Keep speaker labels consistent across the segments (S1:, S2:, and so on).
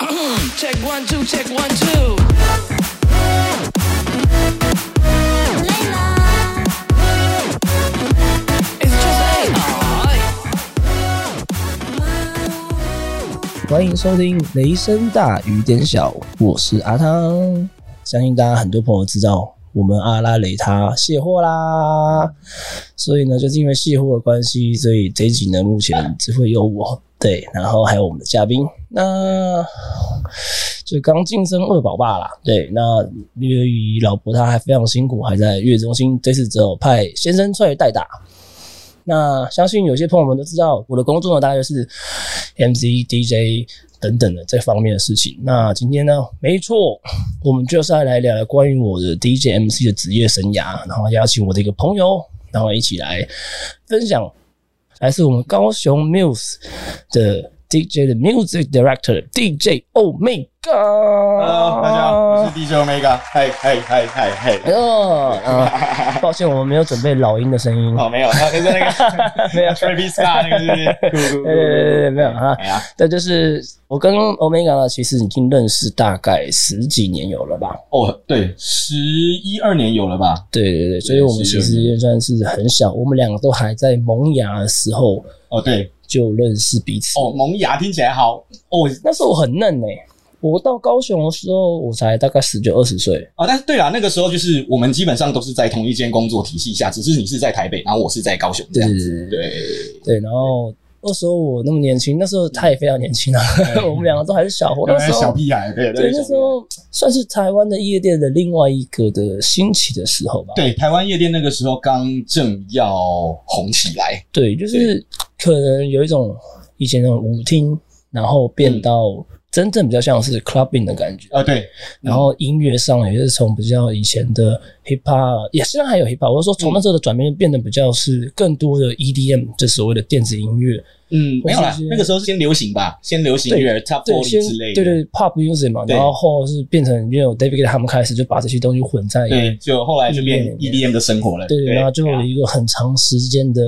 S1: Mm, check one, two, check one, two.
S2: 累了，
S1: It's just AI.
S3: 欢迎收听《雷声大雨点小》，我是阿汤。相信大家很多朋友知道，我们阿拉蕾他卸货啦，所以呢，就是因为卸货的关系，所以这一集呢，目前只会有我对，然后还有我们的嘉宾。那就刚晋升二宝爸啦，对，那因为老婆她还非常辛苦，还在月子中心，这次只有派先生出来代打。那相信有些朋友们都知道，我的工作呢大概就是 MC、DJ 等等的这方面的事情。那今天呢，没错，我们就是要来聊聊关于我的 DJ、MC 的职业生涯，然后邀请我的一个朋友，然后一起来分享，来自我们高雄 Muse 的 DJ 的 Music Director DJ Omega。
S4: Hello，大家，我是 DJ Omega，嗨嗨嗨嗨
S3: 哎
S4: 嗨。
S3: 呦，啊，抱歉，我们没有准备老鹰的声音。
S4: 哦，没有，那就是那个
S3: 没有
S4: Travis Scott 那个是咕咕咕
S3: 对对对对对，没有啊
S4: 哎。呀，
S3: 这就是我跟 Omega 呢，其实已经认识大概十几年有了吧？
S4: 哦，对，十一二年有了吧？
S3: 对对对，所以我们其实也算是很小，我们两个都还在萌芽的时候
S4: 哦，对，
S3: 就认识彼此。
S4: 哦，萌芽听起来好哦
S3: 那时候我很嫩呢、欸我到高雄的时候，我才大概十九二十岁。
S4: 哦，但是对啦，那个时候就是我们基本上都是在同一间工作体系下，只是你是在台北，然后我是在高雄这
S3: 对
S4: 样
S3: 对对
S4: 子。
S3: 对
S4: 对，
S3: 对，然后。那时候我那么年轻，那时候他也非常年轻啊， 我们两个都还是小伙。那时候
S4: 屁孩，对
S3: 对，
S4: 对
S3: 那时候算是台湾的夜店的另外一个的兴起的时候吧。
S4: 对台湾夜店那个时候刚正要红起来，
S3: 对，就是可能有一种以前那种舞厅，然后变到真正比较像
S4: 嗯
S3: 是 clubbing 的感觉。
S4: 呃，对，
S3: 然后音乐上也是从比较以前的 hip hop，也虽然还有 hip hop，我是说从那时候的转变变得比较是更多的 E EDM，就所谓的电子音乐。
S4: 嗯，没有啦
S3: 或是一，些
S4: 那个时候先流行吧，先流行乐，Top
S3: 对，
S4: Forty
S3: 先
S4: 之类的，
S3: 对对 pop music 嘛，
S4: 对
S3: 然后后是变成因为有 David 他们开始就把这些东西混在一起。
S4: 对，就后来就变 EDM 的生活了。
S3: 对，然后就有一个很长时间的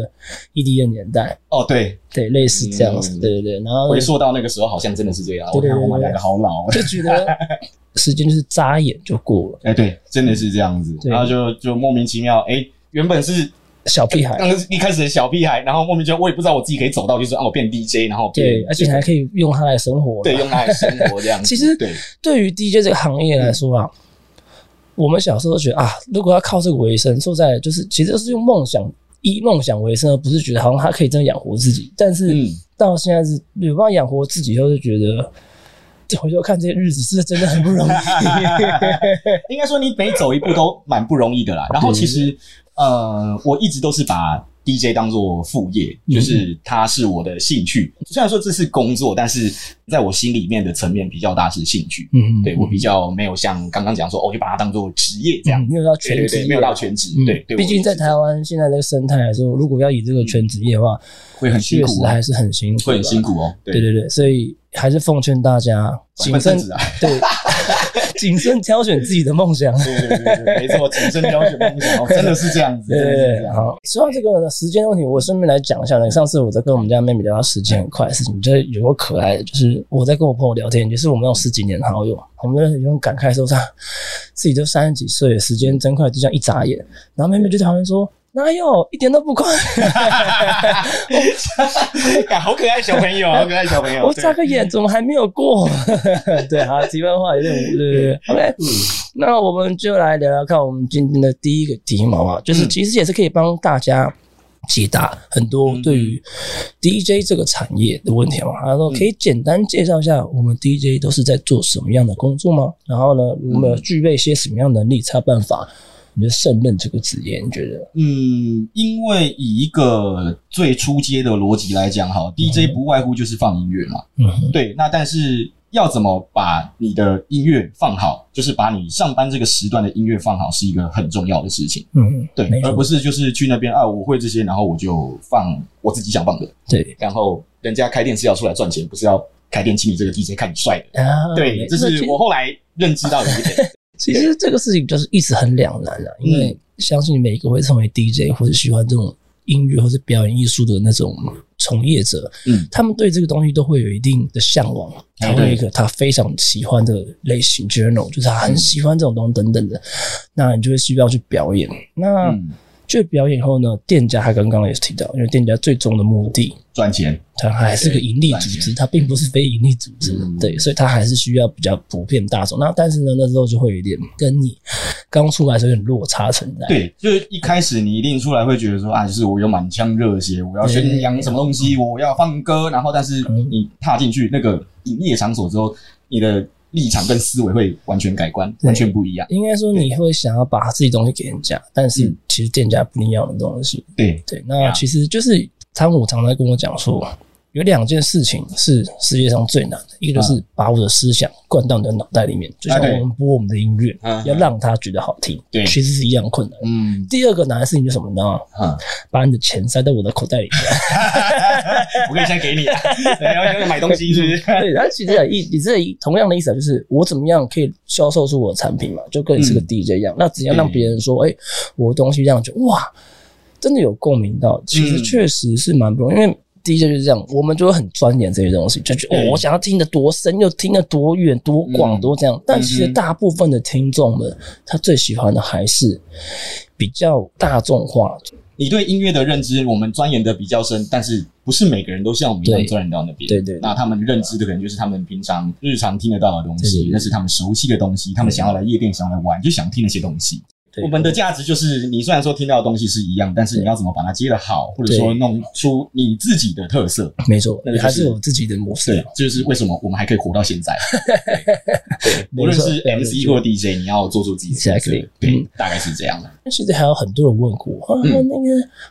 S3: EDM 年代，
S4: 哦，对，
S3: 对，类似这样子，
S4: 嗯
S3: 对对对，然后
S4: 回溯到那个时候，好像真的是这样。
S3: 对
S4: 我
S3: 对对
S4: 看我们两个好老，哦
S3: 就觉得时间就是眨眼就过了，
S4: 哎，对，真的是这样子。
S3: 对
S4: 然后就就莫名其妙，哎，原本是
S3: 小屁孩。
S4: 刚一开始的小屁孩，然后莫名其妙，我也不知道我自己可以走到，就是啊，我变 DJ，然后变
S3: 对，而且还可以用它来生活。
S4: 对，用它来生活这样子。
S3: 其实
S4: 对，
S3: 对于 DJ 这个行业来说啊，我们小时候都觉得啊，如果要靠这个为生，说实在的就是其实就是用梦想以梦想为生，而不是觉得好像他可以真的养活自己。但是
S4: 嗯，
S3: 到现在是有办法养活自己以后，就觉得回头看这些日子是真的很不 容易。
S4: 应该说你每走一步都蛮不容易的啦。然后其实，呃，我一直都是把 DJ 当做副业，
S3: 嗯
S4: 就是它是我的兴趣。虽然说这是工作，但是在我心里面的层面比较大是兴趣。
S3: 嗯，
S4: 对我比较没有像刚刚讲说，哦，我就把它当做职业这样
S3: 嗯。没有到
S4: 对
S3: 全
S4: 对
S3: 职
S4: 对，
S3: 业，
S4: 没有到全职
S3: 嗯。
S4: 对，对
S3: 毕竟在台湾现在这个生态来说，如果要以这个全职业的话，
S4: 会很辛
S3: 确实
S4: 苦哦，
S3: 还是很辛苦，啊
S4: 会很辛。苦哦。
S3: 对
S4: 对，
S3: 对对，所以还是奉劝大家谨
S4: 本
S3: 慎
S4: 身，子啊，
S3: 对， 谨慎挑选自己的梦想。
S4: 对对对对，没错，谨慎挑选梦想，哦真的是这样子，
S3: 对
S4: 真的
S3: 对
S4: 是这
S3: 对，
S4: 样。
S3: 好。说到这个呃时间问题，我顺便来讲一下呢。上次我在跟我们家妹妹聊到时间很快的事情，就是有个可爱的，就是我在跟我朋友聊天，也是我们那种十几年的好
S4: 嗯
S3: 友，我们就有种感慨说，他自己都三十几岁了，时间真快，就这样一眨眼。然后妹妹就在旁边说。哪有，一点都不快。
S4: 哎好可爱小朋友，好可爱小朋友。
S3: 我
S4: 哦对
S3: 眨个眼，怎么还没有过？ 对，好，题外话有点无，对对对，OK。那
S4: 嗯
S3: 我们就来聊聊看我们今天的第一个题目好不好？就是
S4: 嗯
S3: 其实也是可以帮大家解答很多对
S4: 嗯
S3: 于 DJ 这个产业的问题嘛。他说可以简单介绍一下我们 DJ 都是在做什么样的工作吗？然后呢，
S4: 嗯
S3: 我们有具备一些什么样的能力才有办法？你就胜任这个职业，你觉得？
S4: 嗯，因为以一个最初阶的逻辑来讲，哈，DJ 不外乎就是放音乐嘛。
S3: 嗯哼，
S4: 对，那但是要怎么把你的音乐放好，就是把你上班这个时段的音乐放好，是一个很重要的事情。
S3: 嗯，
S4: 对
S3: 没，
S4: 而
S3: 错
S4: 不，是就是去那边啊，我会这些，然后我就放我自己想放的，
S3: 对
S4: 然后人家开店是要出来赚钱，不是要开店请你这个 DJ 看你帅的。
S3: 啊，
S4: 对，这
S3: 那其
S4: 是
S3: 实
S4: 我后来认知到的一 点。
S3: 其实这个事情就是一直很两难的、因
S4: 嗯
S3: 为相信每一个会成为 DJ 或者喜欢这种音乐或者表演艺术的那种从业者，
S4: 嗯
S3: 他们对这个东西都会有一定的向往，他
S4: 哎
S3: 会有一个他非常喜欢的类型 journal，就是他
S4: 嗯
S3: 很喜欢这种东西等等的，那你就会需要去表演。那
S4: 嗯，
S3: 去表演以后呢，店家他刚刚也提到，因为店家最终的目的
S4: 赚钱，
S3: 它还是个盈利组织，它并不是非盈利组织，
S4: 嗯
S3: 对，所以它还是需要比较普遍大众。那但是呢，那时候就会有一点跟你刚出来的时候有点落差存在。
S4: 对，就是一开始你一定出来会觉得说啊，就是我有满腔热血，我要宣扬什么东西，我要放歌，然后但是
S3: 嗯
S4: 你踏进去那个营业场所之后，你的立场跟思维会完全改观，
S3: 对
S4: 完全不一样。
S3: 应该说你会想要把自己东西给人家，但
S4: 嗯
S3: 是其实店家不一定要的东西。
S4: 对，
S3: 对，那其实就是汤姆常常跟我讲说，
S4: 嗯
S3: 有两件事情是世界上最难的，一个
S4: 嗯
S3: 就是把我的思想灌到你的脑袋里面，就像
S4: 啊对
S3: 我们播我们的音乐，
S4: 嗯
S3: 要让它觉得好听，
S4: 对
S3: 其实是一样困难的。
S4: 嗯，
S3: 第二个难的事情是什么呢？
S4: 嗯
S3: 把你的钱塞到我的口袋里面。
S4: 我可以先给你，然后买东西是不是？
S3: 对，它其实有意，你这一同样的意思啊，就是我怎么样可以销售出我的产品嘛，就跟你是个
S4: 嗯
S3: DJ 一样，那只要让
S4: 对
S3: 别人说，哎、我的东西让就哇，真的有共鸣到，其实
S4: 嗯
S3: 确实是蛮不容易，因为。DJ 就是这样，我们就会很钻研这些东西，就觉得哦
S4: 对，
S3: 我想要听得多深，又听得多远、多广、
S4: 嗯
S3: 多这样。但其实
S4: 嗯哼
S3: 大部分的听众们，他最喜欢的还是比较大众化，
S4: 你对音乐的认知，我们钻研的比较深，但是不是每个人都像我们一样钻研到那边。
S3: 对对对
S4: 那他们认知的可能就是他们平常日常听得到的东
S3: 对对
S4: 西，
S3: 对
S4: 那是他们熟悉的东西，他们想要来夜店，想要来玩，就想听那些东西。
S3: 对
S4: 我们的价值就是，你虽然说听到的东西是一样，但是你要怎么把它接得好，或者说
S3: 对
S4: 弄出你自己的特色。
S3: 没错
S4: 那，个就是
S3: 还是有自己的模式
S4: 对
S3: 啊。，
S4: 这就是为什么我们还可以活到现 在。对，无论是
S3: 没错
S4: MC 或 DJ，你要做出自己的特色
S3: Exactly，
S4: 对
S3: 嗯，
S4: 大概是这样的。
S3: 那其实还有很多人问过我，啊，
S4: 嗯
S3: 那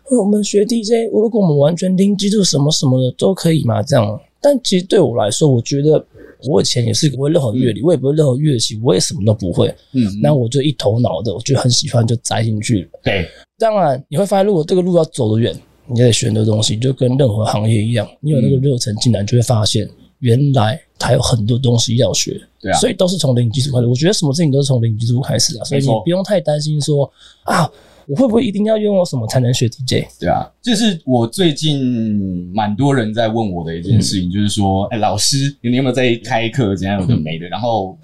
S3: 个我们学 DJ，如果我们完全零基础什么什么的都可以嘛？这样，但其实对我来说，我觉得我以前也是不会任何乐理，我也不会任何乐器，我也什么都不会，
S4: 嗯，
S3: 那我就一头脑的，我就很喜欢就栽进去了。
S4: 对，
S3: 当然，你会发现，如果这个路要走得远，你得选择东西，就跟任何行业一样，你有那个热忱进来，你就会发现原来它有很多东西要学。
S4: 对啊
S3: 所以都是从零基础开始。我觉得什么事情都是从零基础开始啊，所以你
S4: 没错
S3: 不用太担心说啊，我会不会一定要拥有什么才能学 DJ？
S4: 对啊，这是我最近蛮多人在问我的一件
S3: 嗯
S4: 事情，就是说，哎、老师，你有没有在开课？怎样有的没
S3: 嗯
S4: 的？然后，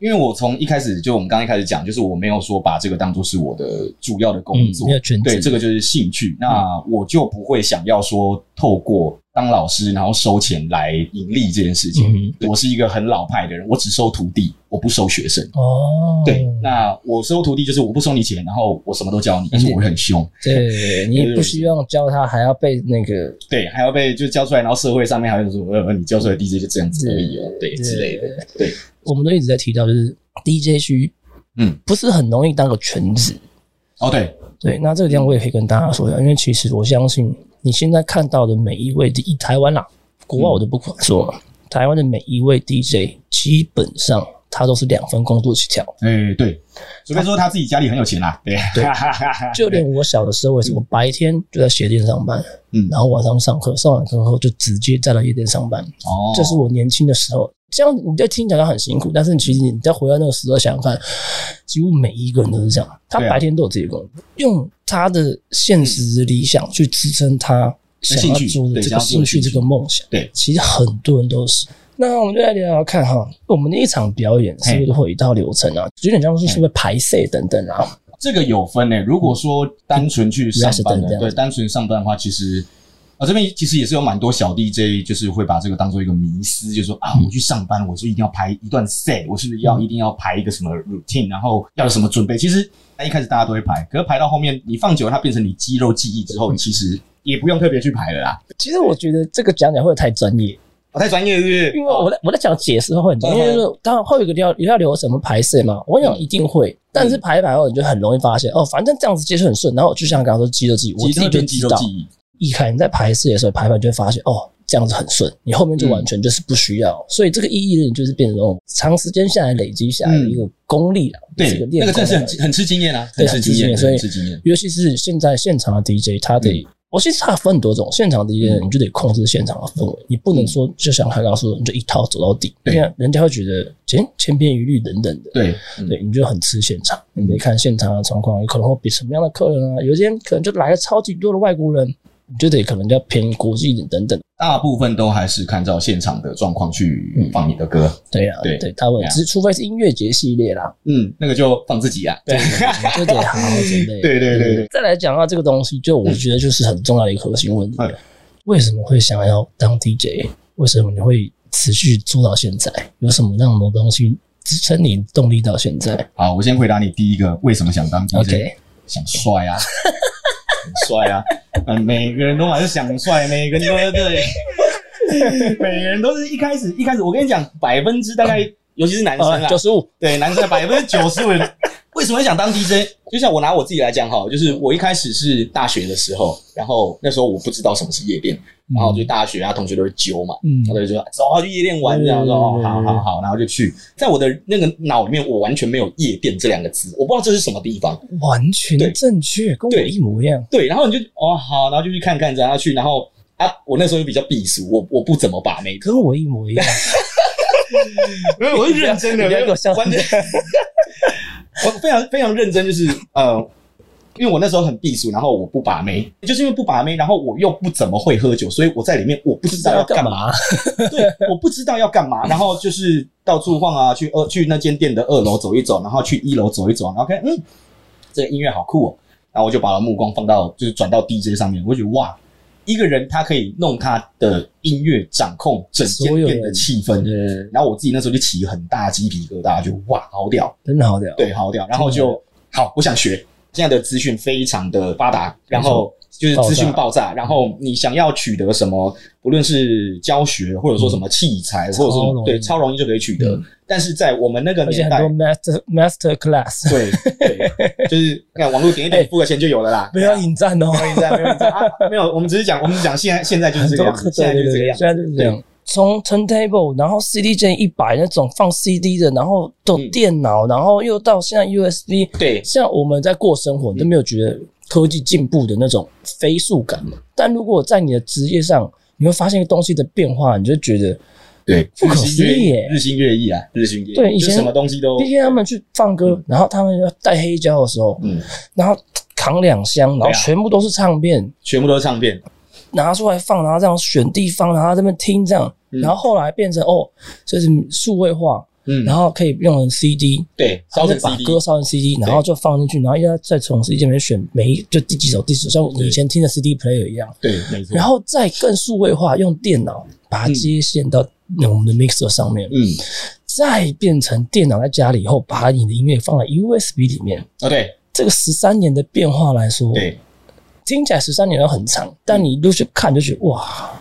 S4: 因为我从一开始就我们刚刚一开始讲，就是我没有说把这个当做是我的主要的工
S3: 嗯
S4: 作，
S3: 没有全职
S4: 对，这个就是兴趣。那我就不会想要说透过当老师然后收钱来盈利这件事情。
S3: 嗯
S4: 我是一个很老派的人，我只收徒弟，我不收学生。
S3: 哦，
S4: 对，那我收徒弟就是我不收你钱，然后我什么都教你，但是我会很凶。
S3: 对你不希望教他还要被那个
S4: 对，还要被就教出来，然后社会上面还有说，呃，你教出来的 DJ 就这样子而已哦，
S3: 嗯
S4: 对之类的，
S3: 的
S4: 对，
S3: 我们都一直在提到，就是 DJ 区，
S4: 嗯，
S3: 不是很容易当个全职。
S4: 哦对，
S3: 对，那这个地方我也可以跟大家说一下，因为其实我相信你现在看到的每一位以台湾啦，国外我都不管说了，台湾的每一位 DJ 基本上他都是两份工作起跳。
S4: 哎对，除非说他自己家里很有钱啦，对， 对
S3: 就连我小的时候也是，我白天就在鞋店上班，
S4: 嗯
S3: 然后晚上上课，上完课后就直接再来夜店上班。
S4: 哦，
S3: 这是我年轻的时候。这样你在听起来很辛苦，但是其实你再回到那个时候想想看，几乎每一个人都是这样，他
S4: 对啊
S3: 白天都有自己的工作，用他的现实理想去支撑他想要
S4: 兴趣
S3: 做的
S4: 对
S3: 这个
S4: 想要做
S3: 兴
S4: 的
S3: 趣、
S4: 兴
S3: 这
S4: 趣
S3: 个梦想。
S4: 对
S3: 其实很多人都是。那我们就来聊聊看哈，我们的一场表演是不是会有一道流程啊？有点像
S4: 嗯
S3: 是是不是排赛等等啊？
S4: 这个有分诶、如果说单纯去上班
S3: 嗯
S4: 的，对，单纯上班的话，其实。啊，这边其实也是有蛮多小 DJ，就是会把这个当做一个迷思，就是说啊，
S3: 嗯
S4: 我去上班，我是一定要排一段 set，我是不是要一定要排一个什么 routine，然后要有什么准备？其实那一开始大家都会排，可是排到后面，你放久了，它变成你肌肉记忆之
S3: 嗯
S4: 后，你其实也不用特别去排了啦。
S3: 其实我觉得这个讲讲会太专业，
S4: 我太专业了是不
S3: 因为
S4: 是？
S3: 我在我在讲解释会很多，因
S4: 对
S3: 为就是当然会有一个要要留什么排色嘛，我
S4: 嗯
S3: 想一定会，但是排一排后你就很容易发现哦，反正这样子接触很顺，然后就像刚刚说肌肉记忆，我
S4: 其
S3: 自己
S4: 实会
S3: 就
S4: 变肌
S3: 知
S4: 肉
S3: 道
S4: 记，忆，
S3: 一开始你在排色的时候排一排就会发现哦。这样子很顺，你后面
S4: 嗯
S3: 就完全就是不需要，所以这个意义呢，就是变成那种长时间下来累积下来的一个功力了，是一
S4: 嗯对
S3: 个，练
S4: 那个
S3: 功
S4: 真的
S3: 而
S4: 是很
S3: 已
S4: 很吃经验啊，
S3: 对
S4: 很吃经验，
S3: 很吃经验所以
S4: 很吃经验。
S3: 尤其是现在现场的 DJ，他得，
S4: 嗯
S3: 我其实他分很多种，现场 DJ 你就得控制现场的氛围，你不能说就像他刚刚说的，你就一套走到底，
S4: 对
S3: 因为人家会觉得千千篇一律等等的，
S4: 对，嗯
S3: 对，你就很吃现场，你得看现场的状况，有可能会比什么样的客人啊，有些人可能就来了超级多的外国人，你就得可能要偏国际一点等等。
S4: 大部分都还是看照现场的状况去
S3: 嗯
S4: 放你的歌。
S3: 对啊，
S4: 对
S3: 对，他会
S4: 对啊
S3: 只除非是音乐节系列啦，
S4: 嗯，那个就放自己啊。对
S3: 就得好好准备。
S4: 对对对对。
S3: 再来讲到这个东西，就我觉得就是很重要的一个核心问题啊
S4: 嗯，
S3: 为什么会想要当 DJ？为什么你会持续做到现在？有什么让的东西支撑你动力到现在
S4: 好，我先回答你第一个，为什么想当 DJ？、
S3: ？OK，
S4: 想帅啊，很帅啊，嗯，每个人都还是想帅，每个人都对，每个人都是一开始一开始，我跟你讲，百分之大概，尤其是男生啊，
S3: 九十五，
S4: 对，男生百分之九十五。 为什么会想当 DJ？就像我拿我自己来讲哈，就是我一开始是大学的时候，然后那时候我不知道什么是夜店，然后就大学啊，同学都会揪嘛，
S3: 嗯
S4: 他就说走啊去夜店玩这样，说哦好好好，然后就去。在我的那个脑里面，我完全没有夜店这两个字，我不知道这是什么地方。
S3: 嗯完全正确，跟我
S4: 对
S3: 一模一样。
S4: 对，然后你就哦好，然后就去看看，然后去，然后啊，我那时候又比较避俗，我我不怎么把妹，
S3: 跟我一模一样，
S4: 没 有，我是认真的，
S3: 你不要给我笑
S4: 完全， 我非常非常认真，就是呃，因为我那时候很避暑，然后我不把妹，就是因为不把妹，然后我又不怎么会喝酒，所以我在里面我不知道要干嘛，
S3: 嘛？
S4: 对，我不知道要干嘛，然后就是到处晃啊，去二去那间店的二楼走一走，然后去一楼走一走，然后看嗯，这个音乐好酷哦，然后我就把目光放到就是转到 DJ 上面，我就觉得哇。一个人他可以弄他的音乐掌控整间
S3: 所有
S4: 店的
S3: 人
S4: 气氛，
S3: 嗯，
S4: 然后我自己那时候就起很大鸡皮疙瘩，就哇，好屌，
S3: 真的好屌。
S4: 对，好屌。然后就好，我想学。现在的资讯非常的发达，然后就是资讯爆炸，然后你想要取得什么，不论是教学或者说什么器材，或者
S3: 超
S4: 说
S3: 容易
S4: 对，超容易就可以取得
S3: 嗯。
S4: 但是在我们那个
S3: 而且很
S4: 年代
S3: 多，master master class，
S4: 对 对，就是看网络点一
S3: 哎
S4: 点，付个钱就有了啦。
S3: 不要引战哦，
S4: 没有没有啊没有，我们只是讲，我们只讲现在现在就是这
S3: 很多
S4: 个 样子，
S3: 课
S4: 现在就是这个样子
S3: 现。在就是这样。从 turntable，然后 CD 键一百那种放 CD 的，然后到
S4: 嗯
S3: 电脑，然后又到现在 USB，
S4: 对
S3: 像我们在过生活，你都没有觉得科技进步的那种飞速感嘛？但如果在你的职业上，你会发现东西的变化，你就觉得
S4: 对，
S3: 不可
S4: 日新月
S3: 思议耶
S4: 日新月异啊，日新月异。
S3: 对以
S4: 就
S3: 前
S4: 什么东西都
S3: 那天他们去放歌，然后他们要带黑胶的时候，
S4: 嗯，
S3: 然后扛两箱，然
S4: 对
S3: 后
S4: 啊
S3: 全部都是唱片，
S4: 全部都是唱片。
S3: 拿出来放，然后这样选地方，然后这边听这样，
S4: 嗯
S3: 然后后来变成哦，就是数位化，
S4: 嗯，
S3: 然后可以用成 CD，
S4: 对，
S3: 然
S4: 烧
S3: 后
S4: 成
S3: 就把
S4: CD，
S3: 歌烧成 CD，然后就放进去，然后又要再从 CD 里面选每一就第几首第几首，像我以前听的 CD player 一样，
S4: 对，没错。
S3: 然后再更数位化，用电脑把它接线到我们的 mixer 上面，
S4: 嗯，
S3: 再变成电脑在家里以后，把你的音乐放在 USB 里面。
S4: 哦对
S3: 这个十三年的变化来说，
S4: 对，
S3: 听起来十三年都很长，但你陆续看就觉得哇，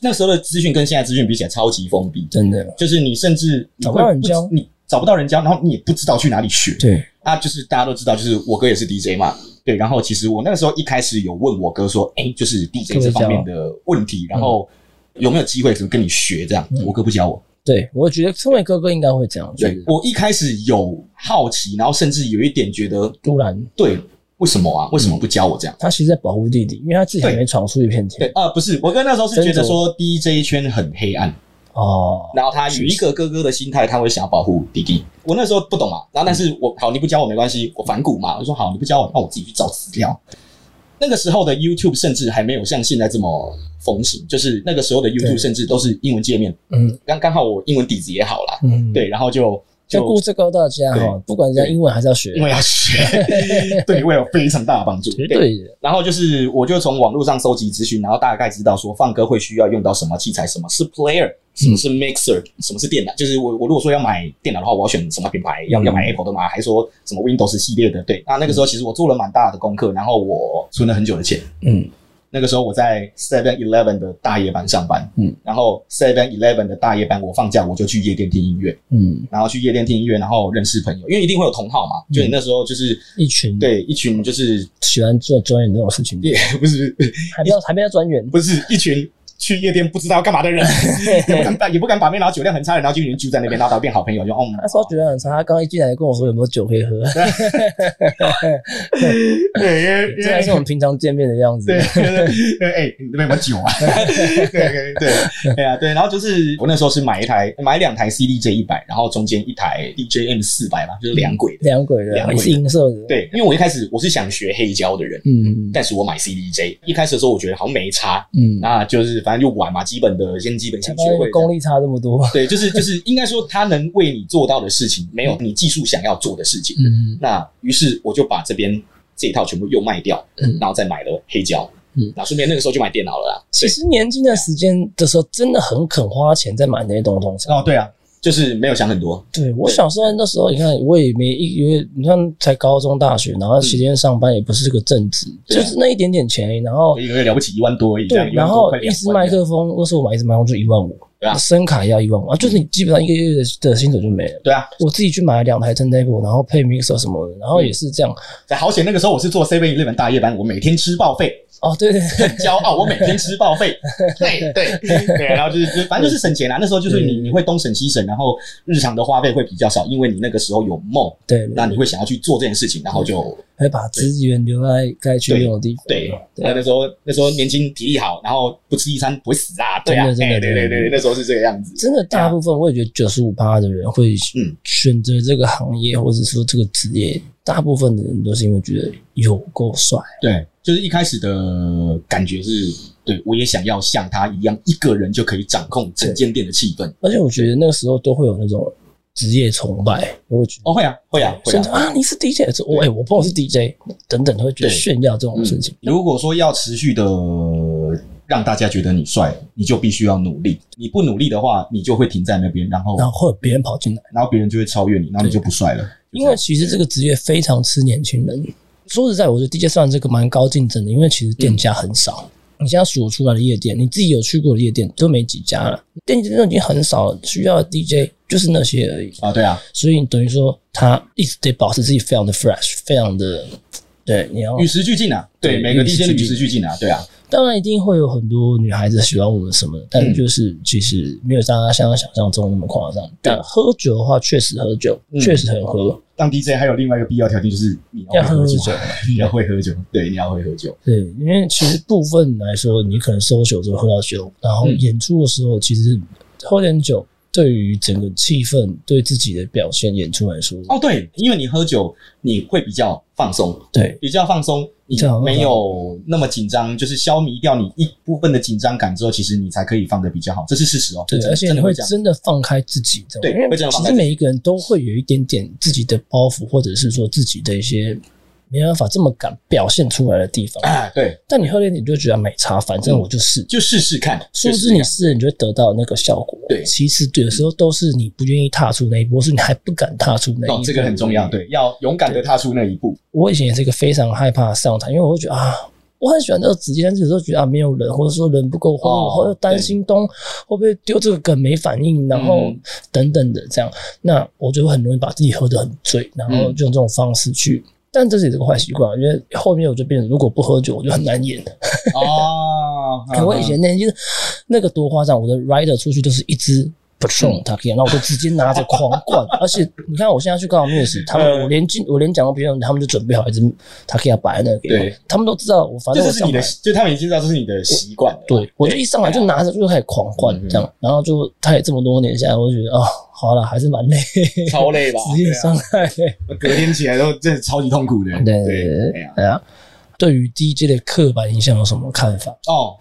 S4: 那时候的资讯跟现在资讯比起来超级封闭，
S3: 真的
S4: 就是你甚至你
S3: 找不
S4: 会
S3: 到人
S4: 知
S3: 教
S4: 你找不到人教，然后你也不知道去哪里学。
S3: 对，
S4: 啊，就是大家都知道，就是我哥也是 DJ 嘛，对。然后其实我那个时候一开始有问我哥说，哎、就是 DJ 这方面的问题，
S3: 嗯
S4: 然后有没有机会可能跟你学这样？我哥不教我，
S3: 对，我觉得身为哥哥应该会这样，就
S4: 对
S3: 嗯是
S4: 我一开始有好奇，然后甚至有一点觉得，
S3: 突然
S4: 对，为什么啊？为什么不教我这样？
S3: 他其实在保护弟弟，因为他自己还
S4: 对
S3: 没闯出一片
S4: 对
S3: 天。
S4: 啊、不是，我哥那时候是觉得说 DJ 圈很黑暗，
S3: 哦，
S4: 然后他有一个哥哥的心态，他会想要保护弟弟。我那时候不懂嘛，然后但是我好，你不教我没关系，我反骨嘛，我说好，你不教我，那我自己去找资料。那个时候的 YouTube 甚至还没有像现在这么风行，就是那个时候的
S3: 对
S4: YouTube 甚至都是英文界面，
S3: 嗯
S4: 刚刚好我英文底子也好啦，
S3: 嗯，。
S4: 对，然后就
S3: 就
S4: 就
S3: 故事告诉大家哈
S4: 对，
S3: 不管人家英文还是要学，
S4: 因为要学，对我有非常大的帮助，
S3: 绝对的。
S4: 然后就是，我就从网络上搜集资讯，然后大概知道说放歌会需要用到什么器材，什么是
S3: 嗯
S4: player，什么是 mixer，、什么是电脑。就是我我如果说要买电脑的话，我要选什么品牌？要
S3: 嗯
S4: 要买 Apple 的吗？还是说什么 Windows 系列的？对，那那个时候其实我做了蛮大的功课，然后我存了很久的钱。
S3: 嗯，
S4: 那个时候我在 Seven Eleven 的大夜班上班，
S3: 嗯，
S4: 然后 Seven Eleven 的大夜班，我放假我就去夜店听音乐，
S3: 嗯，
S4: 然后去夜店听音乐，然后认识朋友，因为一定会有同好嘛，就你那时候就是
S3: 一群
S4: 对一群就是
S3: 喜欢做专业这种事情，
S4: 也不是。
S3: 还不要还没有专员，
S4: 不是一群去夜店不知道要干 嘛的人，也不敢把也不敢把妹，然后酒量很差的人，然后就有人住在那边，然后他变好 朋友，就哦，
S3: 他说觉得很长，他刚一进来跟我说有没有酒可以 喝，
S4: 对，因为
S3: 这才是我们平常见面的样子
S4: 对。对对，哎，你那边有没有酒 啊？对对对，对啊对，然后就是我那时候是买一台买两台 CDJ 一百，然后中间一台 DJM 四百嘛，就是两轨的。
S3: 两轨的
S4: 两
S3: 啊，
S4: 轨的
S3: 你是银色的，，
S4: 对，因为我一开始我是想学黑胶的人，
S3: 嗯
S4: 但是我买 CDJ，一开始的时候我觉得好像没差，
S3: 嗯，
S4: 那就是反正就玩嘛，基本的先基本先
S3: 才
S4: 学
S3: 发现
S4: 会。
S3: 功力差这么多，
S4: 对，就是就是应该说它能为你做到的事情，没有你技术想要做的事情。
S3: 嗯
S4: 那于是我就把这边这一套全部又卖掉，
S3: 嗯
S4: 然后再买了黑胶，
S3: 嗯
S4: 然后顺便那个时候就买电脑了啦。
S3: 其实年轻的时间的时候，真的很肯花钱在买那些东东
S4: 对
S3: 上。
S4: 哦，对啊，就是没有想很多，
S3: 对我小时候那时候，你看我也没一，因为你看才高中、大学，然后期间上班也不是个正职，
S4: 对啊
S3: 就是那一点点钱而已，然后
S4: 我哦一个月了不起一万多而已，这样
S3: 对，
S4: 一
S3: 然
S4: 万多
S3: 后
S4: 块
S3: 一
S4: 两
S3: 支
S4: 万
S3: 麦
S4: 这样
S3: 克风，那时候我买一支麦克风就一万五，
S4: 对啊
S3: 声卡也要一万五啊，就是你基本上一个月的的薪水就没了。
S4: 对啊，
S3: 我自己去买了两台 turntable，然后配 mixer 什么的，然后也是这样。
S4: 在好险那个时候我是做 Seven Eleven 大夜班，我每天吃报废，
S3: 哦，对对对，
S4: 很骄傲，我每天吃 报废。对对对，然后就是就反正就是省钱啦。那时候就是
S3: 嗯
S4: 你你会东省西省，然后日常的花费会比较少，因为你那个时候有梦，
S3: 对
S4: 那你会想要去做这件事情，然后就
S3: 会把资源留在该去用的地方。
S4: 对。那
S3: 对，
S4: 那时候那时候年轻体力好，然后不吃一餐不会死啊，对啊，
S3: 真的真的
S4: 哎对对
S3: 真的
S4: 对，那时候是这个样子。
S3: 真的大部分我也觉得九十五趴的人会
S4: 啊嗯
S3: 选择这个行业或者说这个职业，大部分的人都是因为觉得有够帅。
S4: 对，就是一开始的感觉是，对我也想要像他一样，一个人就可以掌控整间店的气氛。
S3: 而且我觉得那个时候都会有那种职业崇拜，我会觉得
S4: 哦，会啊，会啊，会
S3: 甚
S4: 啊
S3: 至。啊，你是 DJ，是我哎，我朋友是 DJ，等等，会觉得
S4: 对
S3: 炫耀这种事情。
S4: 如果说要持续的让大家觉得你帅，你就必须要努力。你不努力的话，你就会停在那边，然后
S3: 然后或者别人跑进来，
S4: 然后别人就会超越你，然后你就不帅了。
S3: 因为其实这个职业非常吃年轻人。说实在，我觉得 DJ 算这个蛮高竞争的，因为其实店家很少。你现在数出来的夜店，你自己有去过的夜店都没几家了，店家都已经很少了，需要的 DJ 就是那些而已。
S4: 啊，对啊，
S3: 所以等于说，他一直得保持自己非常的 fresh，非常的对。你要
S4: 与时俱进啊，对
S3: 对
S4: 每个
S3: 与时
S4: DJ 的与
S3: 俱
S4: 时
S3: 进
S4: 俱进啊，对啊，
S3: 当然一定会有很多女孩子喜欢我们什么的，但就是其实没有大家像想象中那么夸张。但喝酒的话，确实喝酒
S4: 嗯
S3: 确实很喝，
S4: 当 DJ 还有另外一个必要条件就是你
S3: 要
S4: 要会喝
S3: 喝
S4: 酒
S3: 酒，
S4: 你要会喝酒，对，你要会喝酒，
S3: 对，因为其实部分来说，你可能收酒就喝到酒，然后
S4: 嗯
S3: 演出的时候，其实喝点酒对于整个气氛、对自己的表现、演出来说，
S4: 哦，对，因为你喝酒，你会比较放松，
S3: 对
S4: 比较放松，你
S3: 这样
S4: 没有那么紧张，就是消弭掉你一部分的紧张感之后，其实你才可以放的比较好，这是事实哦。
S3: 对，
S4: 这真
S3: 而且
S4: 真
S3: 你
S4: 的
S3: 会
S4: 这样。
S3: 真的放开自己，这
S4: 对
S3: 样因
S4: 会
S3: 为
S4: 真的放
S3: 其
S4: 开
S3: 实
S4: 自己
S3: 每一个人都会有一点点自己的包袱，或者是说自己的一些没办法这么敢表现出来的地方。
S4: 啊，对，
S3: 但你喝点你就觉得啊没差，反
S4: 嗯
S3: 正我就试。
S4: 就试试看。
S3: 殊
S4: 就
S3: 不
S4: 试
S3: 知
S4: 试
S3: 你
S4: 看
S3: 试了，你就会得到那个效果。
S4: 啊对
S3: 其实有时候都是你不愿意踏出那一步，是你还不敢踏出那一步。
S4: 哦，这个很重要，。对，要勇敢的踏出那一步。
S3: 我以前也是一个非常害怕上台，因为我会觉得啊，我很喜欢这个职业，但是有时候觉得啊没有人，或者说人不够，或者
S4: 哦
S3: 我又担心东会不会丢这个梗没反应，然后
S4: 嗯
S3: 等等的这样，那我就会很容易把自己喝得很醉，然后
S4: 嗯
S3: 用这种方式去。但这是也是个坏习惯，因为后面我就变成，如果不喝酒，我就很难演。
S4: 哦，
S3: 可我以前那就是那个多夸张，我的 rider 出去就是一
S4: 嗯
S3: 支 patron 他可以，然后我就直接拿着狂灌，而且你看我现在去告 news，他们
S4: 嗯
S3: 我连进我连讲都不用，他们就准备好一支他可以摆在那给
S4: 对
S3: 我，他们都知道我反
S4: 这
S3: 正我
S4: 就是
S3: 上
S4: 你的
S3: 来。，
S4: 就他们已经知道这是你的习惯了。
S3: 对，我就一上来就拿着就开始狂灌
S4: 嗯
S3: 这样，然后就他也这么多年下来，我就觉得哦，好了，还是蛮累，
S4: 超累吧？
S3: 职业伤害。
S4: 对啊隔天起来都真的超级痛苦的。
S3: 对对
S4: 对
S3: 对
S4: 对啊
S3: 对啊！对于 DJ 的刻板印象有什么看法？
S4: 哦，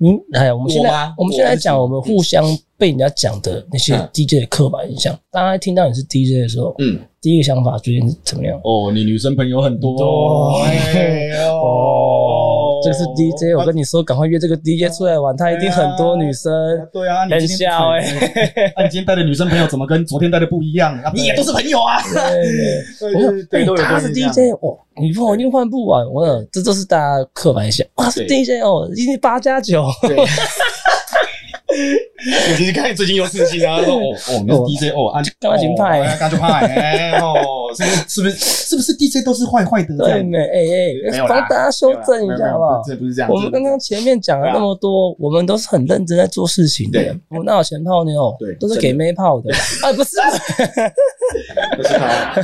S3: 嗯，哎，我们现
S4: 我吗
S3: 在我们现在讲
S4: 我
S3: 我们互相被人家讲的那些
S4: 嗯
S3: DJ 的刻板印象。大家听到你是 DJ 的时候，
S4: 嗯，
S3: 第一个想法究竟是怎么样？
S4: 哦，你女生朋友很
S3: 多
S4: 哎呦
S3: 哦，这个是 DJ，我跟你说，赶快约这个 DJ 出来玩，他一定很多女生。
S4: 对啊，你
S3: 很
S4: 今天
S3: 笑欸
S4: 那你今天带的女生朋友怎么跟昨天带的不一 样？啊，你也都是朋友啊。
S3: 欸对
S4: 对
S3: 我
S4: 就是对，都
S3: 说，
S4: 有
S3: 哎他
S4: 关
S3: 是
S4: 系这
S3: DJ
S4: 样
S3: 哦，女朋友一定换不完。我想这都是大家刻板印象。哇，是
S4: 对
S3: DJ 哦，一定八加九。
S4: 对尤其是看最近有事情啊，说哦哦，你
S3: 哦
S4: 是 DJ 哦，啊，
S3: 干嘛紧派
S4: 干就派，哎哦，是不是是不是是不是 DJ 都是坏坏的这
S3: 对
S4: 样？
S3: 没？哎
S4: 没
S3: 哎
S4: 有，啦
S3: 帮大家修正一
S4: 没
S3: 下好不
S4: 有没有
S3: 好？
S4: 这不是这样，
S3: 我们
S4: 这
S3: 刚刚前面讲了那么多，我们都是很认真在做事情的
S4: 对。
S3: 我那有钱泡妞
S4: 对，
S3: 都是给妹泡 的。啊，不是，
S4: 不是 他，啊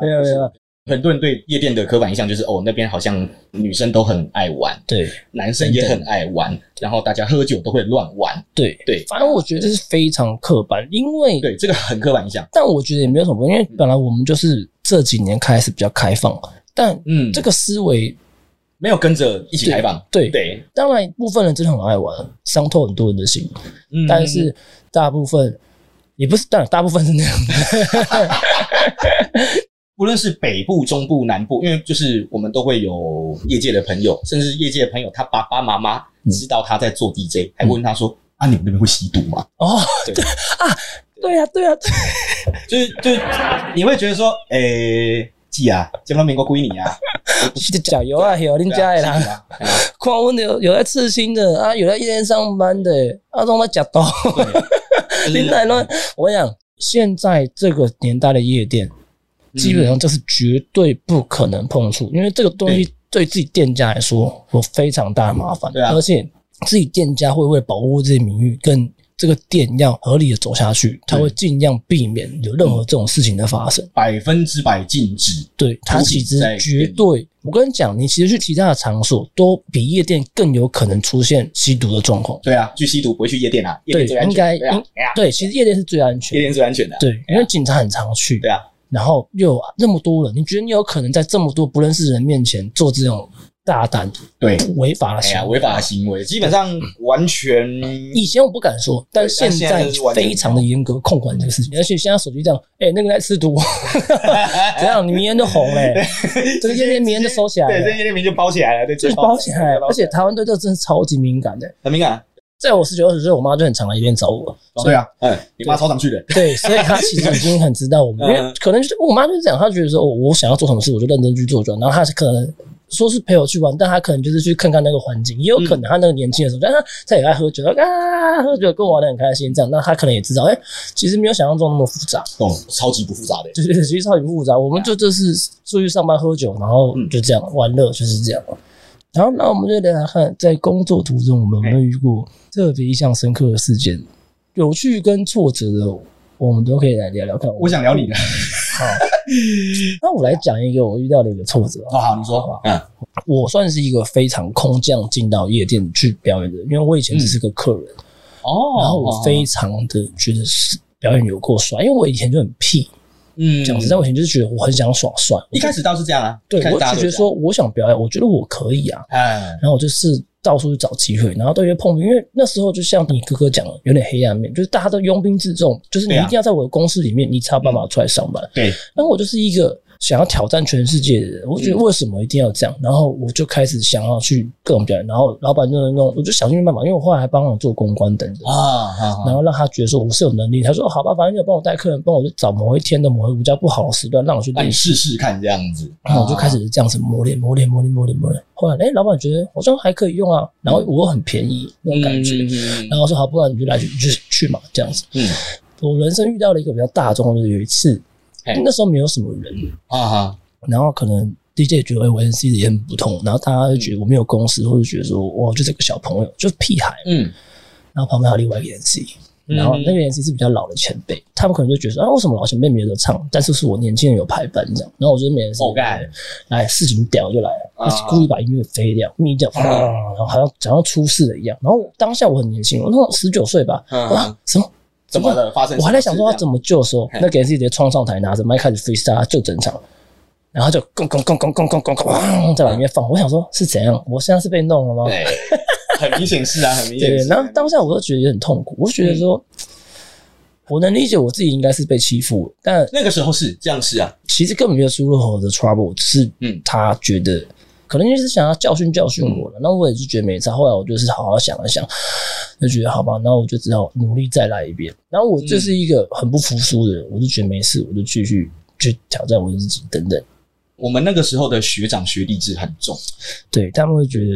S3: 没有没有，
S4: 很多人对夜店的刻板印象就是哦，那边好像女生都很爱玩，
S3: 对
S4: 男生也很爱玩，然后大家喝酒都会乱玩，
S3: 对
S4: 对
S3: 反正我觉得这是非常刻板，因为
S4: 对，嗯这个很刻板印象。
S3: 但我觉得也没有什么，因为本来我们就是这几年开始比较开放，但
S4: 嗯，
S3: 这个思维
S4: 没有跟着一起开放，
S3: 对
S4: 对，
S3: 当然部分人真的很爱玩，伤透很多人的心，
S4: 嗯
S3: 但是大部分也不是，当然大部分是那样 的。
S4: 无论是北部、中部、南部，因为就是我们都会有业界的朋友，甚至业界的朋友，他爸爸妈妈
S3: 嗯
S4: 知道他在做 DJ，、还问他说：“啊，你们那边会吸毒吗
S3: 哦，
S4: 对
S3: 对 啊，对啊，对啊，对？”
S4: 就是就是，你会觉得说：“诶、姐啊，这方面我归你啊，
S3: 就加油啊，有恁 家的
S4: 对啊吸
S3: 啦，
S4: 毒啊
S3: 看阮有有在刺青的啊，有在夜店上班的，啊，拢在食毒，
S4: 就是
S3: 恁来乱。我跟你讲，现在这个年代的夜店，
S4: 嗯
S3: 基本上这是绝对不可能碰触，因为这个东西对自己店家来说有非常大的麻烦，
S4: 对啊
S3: 而且自己店家会为了保护自己名誉跟。这个店要合理的走下去，他会尽量避免有任何这种事情的发生。
S4: 百分之百禁止。
S3: 对他
S4: 毒品
S3: 其实
S4: 嗯在
S3: 绝
S4: 店里
S3: 对，我跟你讲，你其实去其他的场所，都比夜店更有可能出现吸毒的状况”。
S4: 对啊，去吸毒不会去夜店啊，夜
S3: 对，
S4: 店最安
S3: 应
S4: 全
S3: 该
S4: 的。对啊
S3: 应，
S4: 哎呀
S3: 对，其实夜店是最安
S4: 夜
S3: 全的。
S4: 店最安全的啊。
S3: 对，因为警察很常去，
S4: 对啊，
S3: 然后又有那么多人，你觉得你有可能在这么多不认识的人面前做这种大胆
S4: 对，
S3: 违法的
S4: 哎
S3: 行
S4: 呀，
S3: 为？
S4: 违法的行为基本上完全
S3: 以前我不敢说，但
S4: 对
S3: 现
S4: 但现在
S3: 在
S4: 就是完全
S3: 非常的严格控管这个事情，而且现在手机这样，哎，那个在吃 毒，怎样？你明天就红嘞，这个夜店明天就收起来
S4: 对，这
S3: 了，哎
S4: 夜店名就包起来了，对，
S3: 就
S4: 直接
S3: 包起来。而且
S4: 包起
S3: 台湾对这个真的超级敏感的，
S4: 很敏感。啊
S3: 在我十九二十岁，我妈就很常来夜店找我，
S4: 哦对啊，哎，你妈超常去 的，
S3: 对，所以他其实已经很知道我们，因为
S4: 嗯
S3: 可能就是我妈就是这样，她觉得说，哦，我想要做什么事，我就认真去做就好。然后她是可能说是陪我去玩，但她可能就是去看看那个环境，也有可能她那个年轻的时候，但她她也爱喝酒，啊，喝酒跟我玩的很开心，这样，那她可能也知道，哎、其实没有想象中那么复杂，
S4: 懂，超级不复杂的。
S3: 就是其实超级复杂。我们就
S4: 啊
S3: 就是出去上班喝酒，然后
S4: 嗯
S3: 就这样玩乐，就是这样。然后，那我们就聊聊看，在工作途中，我们有
S4: 哎
S3: 没有遇过特别印象深刻的事件？有趣跟挫折的，我们都可以来聊聊看。
S4: 我想聊你的，
S3: 那我来讲一个我遇到的一个挫折啊
S4: 哦，好，你
S3: 好
S4: 说
S3: 吧，
S4: 嗯，
S3: 我算是一个非常空降进到夜店去表演的，因为我以前只是个客人，
S4: 嗯哦
S3: 然后我非常的觉得是表演有过帅，因为我以前就很屁，
S4: 嗯
S3: 讲实在，我以前就是觉得我很想耍帅，
S4: 一开始倒是这样啊，
S3: 对
S4: 一开始
S3: 我
S4: 大家
S3: 就
S4: 都
S3: 觉得
S4: 这样，
S3: 说我想表演，我觉得我可以啊，
S4: 哎，
S3: 然后我就是到处去找机会，然后都约碰面，因为那时候就像你哥哥讲的，有点黑暗面，就是大家都拥兵自重，就是你一
S4: 对啊嗯
S3: 定要在我的公司里面，你才有办法出来上班。
S4: 对，
S3: 那我就是一个想要挑战全世界的人，我觉
S4: 嗯
S3: 得为什么一定要这样？然后我就开始想要去各种表演，然后老板就能弄，我就想尽办法，因为我后来还帮忙做公关等等。
S4: 啊，好
S3: 然
S4: 好
S3: 后让他觉得说我是有能力，他说好吧，反正你有帮我带客人，帮我就找某一天的某一个比较不好的时段让我去
S4: 那
S3: 练
S4: 你
S3: 习，
S4: 试试看这样子，
S3: 然后我就开始这样子磨练、磨练、磨练、磨练、磨练。后来哎，老板觉得好像还可以用啊，然后我又很便宜那种感觉，
S4: 嗯
S3: 然后说好，不然你就来去你就去嘛，这样子。
S4: 嗯，
S3: 我人生遇到了一个比较大众的，就是有一次
S4: 嘿
S3: 那时候没有什么人，
S4: 啊哈，
S3: 然后可能 DJ 觉得哎我 NC 的也很普通，然后大家就觉得我没有公司，或者觉得说我就是个小朋友，就是屁孩。
S4: 嗯，
S3: 然后旁边还有另外一个 NC，然后那个 NC 是比较老的前辈，他们可能就觉得说啊，为什么老前辈没有得唱，但是是我年轻人有排班这样。然后我觉得没人
S4: 哦干
S3: 来事情屌就来了，
S4: 啊
S3: 他故意把音乐飞掉，密掉，啊然后好像讲到出事了一样。然后当下我很年轻，我那时候十九岁吧，
S4: 嗯
S3: 啊什么？
S4: 怎么了？发生什么事？
S3: 我还在想说他怎
S4: 么
S3: 么救的时候，那给自己直接冲上台，拿着麦开始 freestyle 救整场，然后就咣咣咣咣咣咣咣咣在往里面放。我想说是怎样？我现在是被弄了吗？
S4: 对， 很明显是啊，很明
S3: 对
S4: 显
S3: 对，
S4: 是。
S3: 然后当下我都觉得有点痛苦，我就觉得说，我能理解我自己应该是被欺负，但
S4: 那个时候是这样是啊，
S3: 其实根本没有出任何的 trouble，只是
S4: 嗯
S3: 他觉得。可能就是想要教训教训我了，那我也是觉得没差。后来我就是好好想了想，就觉得好吧，那我就只好努力再来一遍。然后我就是一个很不服输的人，我就觉得没事，我就继续去挑战我自己等等。
S4: 我们那个时候的学长学弟制很重，
S3: 对，他们会觉得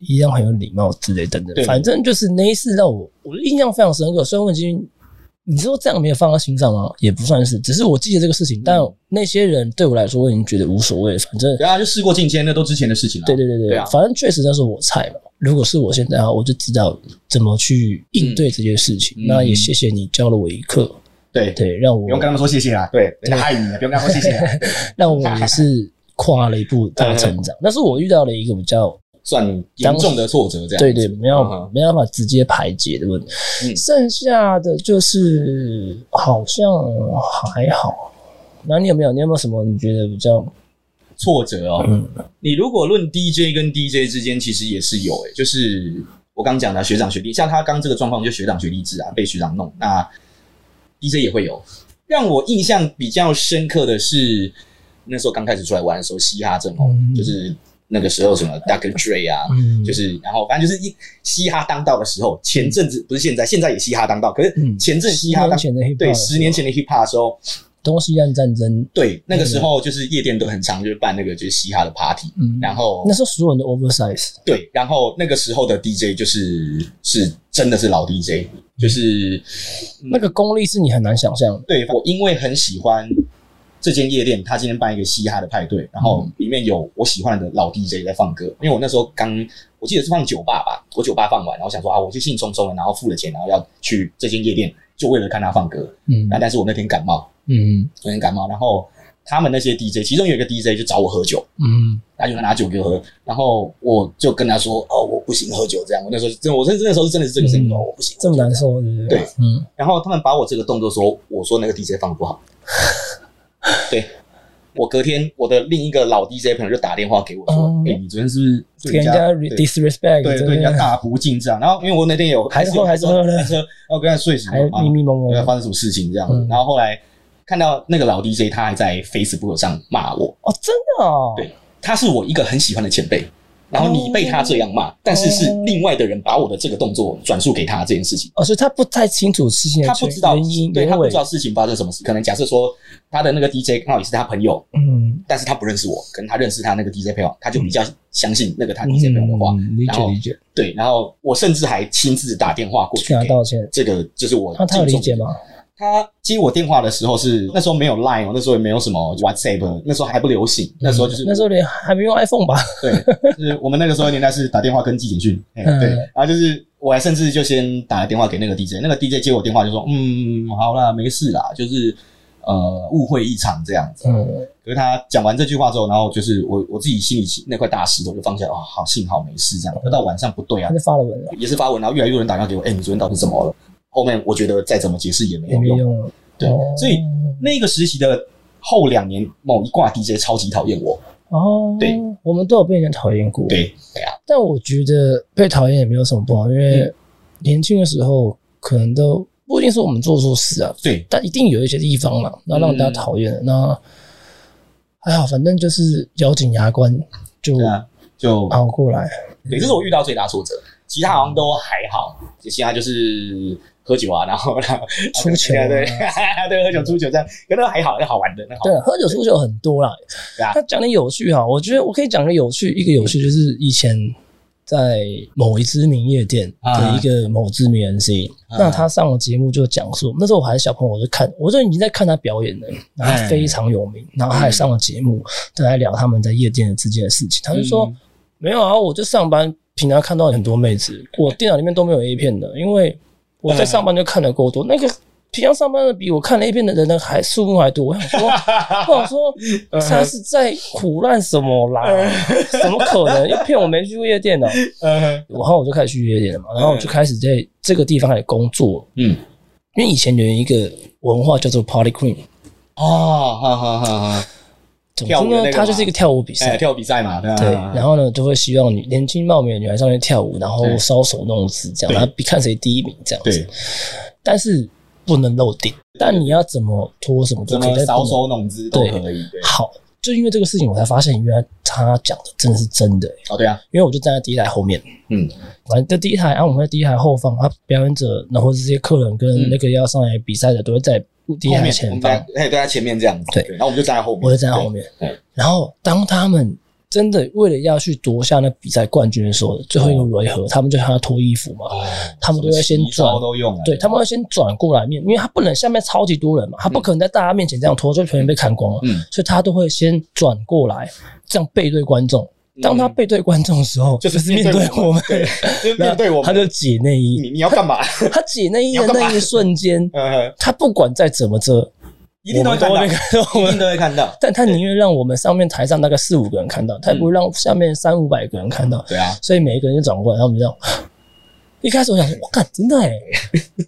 S3: 一样很有礼貌之类等等
S4: 对。
S3: 反正就是那一次让我我印象非常深刻。虽然我已经你说这样没有放在心上吗？也不算是，只是我记得这个事情。但
S4: 嗯
S3: 那些人对我来说，我已经觉得无所谓，反正
S4: 对啊，就事过境迁，那都之前的事情了。
S3: 对对对对，
S4: 对啊
S3: 反正确实那是我菜嘛。如果是我现在的话，我就知道怎么去应对这件事情。
S4: 嗯
S3: 那也谢谢你教了我一课，
S4: 对对，
S3: 对，让我
S4: 不用跟他们说谢谢啦，对，人家害你，啊不用跟他们说谢谢啊啦，对
S3: 让我也是跨了一步大成 长。那是我遇到了一个比较
S4: 算严重的挫折这样。
S3: 对对，没有、
S4: 嗯哼
S3: 没办法直接排解的问题。
S4: 嗯
S3: 剩下的就是好像还好。那你有没有你有没有什么你觉得比较
S4: 挫折哦。
S3: 嗯
S4: 你如果论 DJ 跟 DJ 之间，其实也是有诶、就是我刚讲的学长学弟，像他刚这个状况就学长学弟制啊，被学长弄，那 DJ 也会有。让我印象比较深刻的是，那时候刚开始出来玩的时候，嘻哈阵容、
S3: 嗯
S4: 就是那个时候什么 Dr. Dre 啊，
S3: 嗯
S4: 就是然后反正就是一嘻哈当道的时候，前阵子不是现在，现在也嘻哈当道，可是
S3: 嗯
S4: 前阵
S3: 十
S4: 嘻哈
S3: 年
S4: 当、
S3: 前的 hip hop
S4: 对十年前的 hip hop 的时候，
S3: 东西岸战争？
S4: 对那个时候就是夜店都很常就是办那个就是嘻哈的 party，
S3: 嗯，
S4: 然后
S3: 那时候所有人都 oversize，
S4: 对，然后那个时候的 DJ 就是是真的是老 DJ，就是嗯
S3: 那个功力是你很难想象的。
S4: 对我因为很喜欢这间夜店，他今天办一个嘻哈的派对，
S3: 嗯
S4: 然后里面有我喜欢的老 DJ 在放歌，因为我那时候刚我记得是放酒吧吧，我酒吧放完，然后想说啊，我就兴冲冲的，然后付了钱，然后要去这间夜店，就为了看他放歌。
S3: 嗯
S4: 那但是我那天感冒，
S3: 嗯
S4: 昨天感冒，然后他们那些 DJ，其中有一个 DJ 就找我喝酒，
S3: 嗯
S4: 他就拿酒给我喝，然后我就跟他说：“哦，我不行喝酒。”这样，我那时候是真的，我真的那时候是真的是这个声音，
S3: 嗯
S4: 哦，我不行，
S3: 这么难。受，对不对？
S4: 对，
S3: 嗯，
S4: 然后他们把我这个动作说，我说那个 DJ 放得不好。对，我隔天我的另一个老 DJ 朋友就打电话给我说
S3: 嗯：“
S4: 哎、你昨天是不是对
S3: 给人家
S4: 对
S3: disrespect，
S4: 对对
S3: 真
S4: 人家
S3: 的
S4: 大不敬这样？”然后因为我那天有
S3: 还是
S4: 有
S3: 喝还是喝了
S4: 还是喝，然后跟他睡 醒
S3: 还
S4: 啊
S3: 迷迷蒙蒙
S4: 对，
S3: 的
S4: 发生什么事情这样。
S3: 嗯
S4: 然后后来看到那个老 DJ，他还在 Facebook 上骂我，
S3: 哦，真的哦，
S4: 对他是我一个很喜欢的前辈，然后你被他这样
S3: 哦
S4: 骂，但是是另外的人把我的这个动作转述给他这件事情，
S3: 哦，所以他不太清楚事情的
S4: 他不知道
S3: 原因，
S4: 对
S3: 原
S4: 他不
S3: 委
S4: 知道事情发生什么事。可能假设说他的那个 DJ 刚好也是他朋友，
S3: 嗯，
S4: 但是他不认识我，可能他认识他那个 DJ 朋友，他就比较相信那个他 DJ 朋友的话。
S3: 嗯理
S4: 然
S3: 解
S4: 后
S3: 理解，
S4: 对，然后我甚至还亲自打电话过去
S3: 跟他
S4: 给
S3: 道歉。
S4: 这个，这是我
S3: 那啊他有
S4: 敬
S3: 理
S4: 重的
S3: 解吗？
S4: 他接我电话的时候是那时候没有 Line，哦那时候也没有什么 WhatsApp，那时候还不流行，那时候就是
S3: 嗯那时候连还没用 iPhone 吧？
S4: 对，就是我们那个时候年代是打电话跟寄简讯，哎
S3: 嗯
S4: 对，然后就是我还甚至就先打了电话给那个 DJ，那个 DJ 接我电话就说，嗯，好啦，没事啦，就是呃误会一场这样子。
S3: 嗯，
S4: 可是他讲完这句话之后，然后就是我我自己心里那块大石头就放下，哦，好，幸好没事这样。那到晚上不对啊
S3: 他就，发了文了，
S4: 也是发文，然后越来越多人打电话给我，哎、你昨天到底怎么了？后面我觉得再怎么解释也没
S3: 也
S4: 有
S3: 没
S4: 用，
S3: 用了。
S4: 对
S3: 哦，
S4: 所以那个实习的后两年，某一挂 DJ 超级讨厌我，
S3: 哦，
S4: 对，
S3: 我们都有被人家讨厌过。，
S4: 对对啊，
S3: 但我觉得被讨厌也没有什么不好，因为
S4: 嗯
S3: 年轻的时候可能都不一定是我们做错事啊，
S4: 对，
S3: 但一定有一些地方嘛，那让
S4: 嗯
S3: 大家讨厌。那还好，反正就是咬紧牙关就
S4: 对啊，就
S3: 熬过来。
S4: 对，这是我遇到最大挫折，其他好像都还好，其他就是喝酒啊，然后然后
S3: 出糗啊
S4: 对 对，喝酒出糗这样，可那还好，那好玩的，那好
S3: 对，啊喝酒出酒很多啦
S4: 对啊。
S3: 他讲点有趣哈，我觉得我可以讲个有趣，一个有趣就是以前在某一知名夜店的一个某知名 MC，、
S4: 啊
S3: 那他上了节目就讲说，那时候我还是小朋友，我就看，我就已经在看他表演了，然
S4: 哎
S3: 后他非常有名，然后他还上了节目，大家聊他们在夜店之间的事情，他就说、
S4: 嗯
S3: 没有啊，我就上班，平常看到很多妹 子，我电脑里面都没有 A 片的，因为我在上班就看的够多，那个。平常上班的比我看 A 片的人的还数目还多，我想 说，不好说，
S4: 呃
S3: 他是在胡乱什么 啦？怎么可能？又骗我没去过夜店呢、
S4: 嗯
S3: 然后我就开始去夜店了嘛，然后我就开始在这个地方来工作，
S4: 嗯，
S3: 因为以前有一个文化叫做 Party Queen，
S4: 哦，哈哈哈哈，
S3: 总
S4: 跳
S3: 之
S4: 舞的那
S3: 呢，
S4: 个
S3: 它
S4: 吗
S3: 就是一个跳舞比
S4: 哎，
S3: 赛。
S4: 跳舞比赛嘛，对啊
S3: 对，然后呢，就会希望女年轻貌美的女孩上去跳舞，然后
S4: 对
S3: 搔首弄姿，这样，
S4: 对
S3: 然后比看谁第一名这样
S4: 对
S3: 子。，但是不能露顶，但你要怎么脱什么都
S4: 怎
S3: 可以，
S4: 么
S3: 但不
S4: 搔
S3: 能
S4: 首弄姿都可以，对，
S3: 好，就因为这个事情，我才发现原来他讲的真的是真的、欸
S4: 哦对啊，
S3: 因为我就站在第一台后面，
S4: 嗯，
S3: 反正就第一台，然、后我们在第一台后方，啊，表演者，然后这些客人跟那个要上来比赛的都会在第一
S4: 嗯后面我
S3: 前
S4: 们
S3: 方
S4: 在，哎，对在前面这样子，
S3: 对
S4: 然后我们就站在后面，
S3: 我就站在后面
S4: 对。哎
S3: 然后当他们真的为了要去夺下那比赛冠军的时候，最后一个
S4: 哦
S3: 回合，他们就让他脱衣服嘛，
S4: 对，
S3: 他们都会先
S4: 什么奇招
S3: 转
S4: 都用了，
S3: 对他们会先转过来面，因为他不能下面超级多人嘛，他不可能在大家面前这样脱，就全员被砍光了，
S4: 嗯
S3: 所以他都会先转过来，这样背对观众。当他背对观众的时候，
S4: 嗯就是
S3: 面
S4: 面对
S3: 对我们，
S4: 就是面对我
S3: 他
S4: 们，
S3: 就解内衣，
S4: 你你要干嘛？ 嗯
S3: 他解内衣
S4: 你要
S3: 的
S4: 干嘛
S3: 那一瞬 间，
S4: 呃，
S3: 他不管再怎么遮，
S4: 一定都会看
S3: 我
S4: 到，
S3: 们
S4: 一
S3: 看到我
S4: 定
S3: 们。
S4: 都会看到，
S3: 但他宁愿让我们上面台上大概四五个人看到，他也不会让下面三五百个人看到。
S4: 对啊，
S3: 所以每一个人就转过来，他们这样。一开始我想说，我干，真的哎、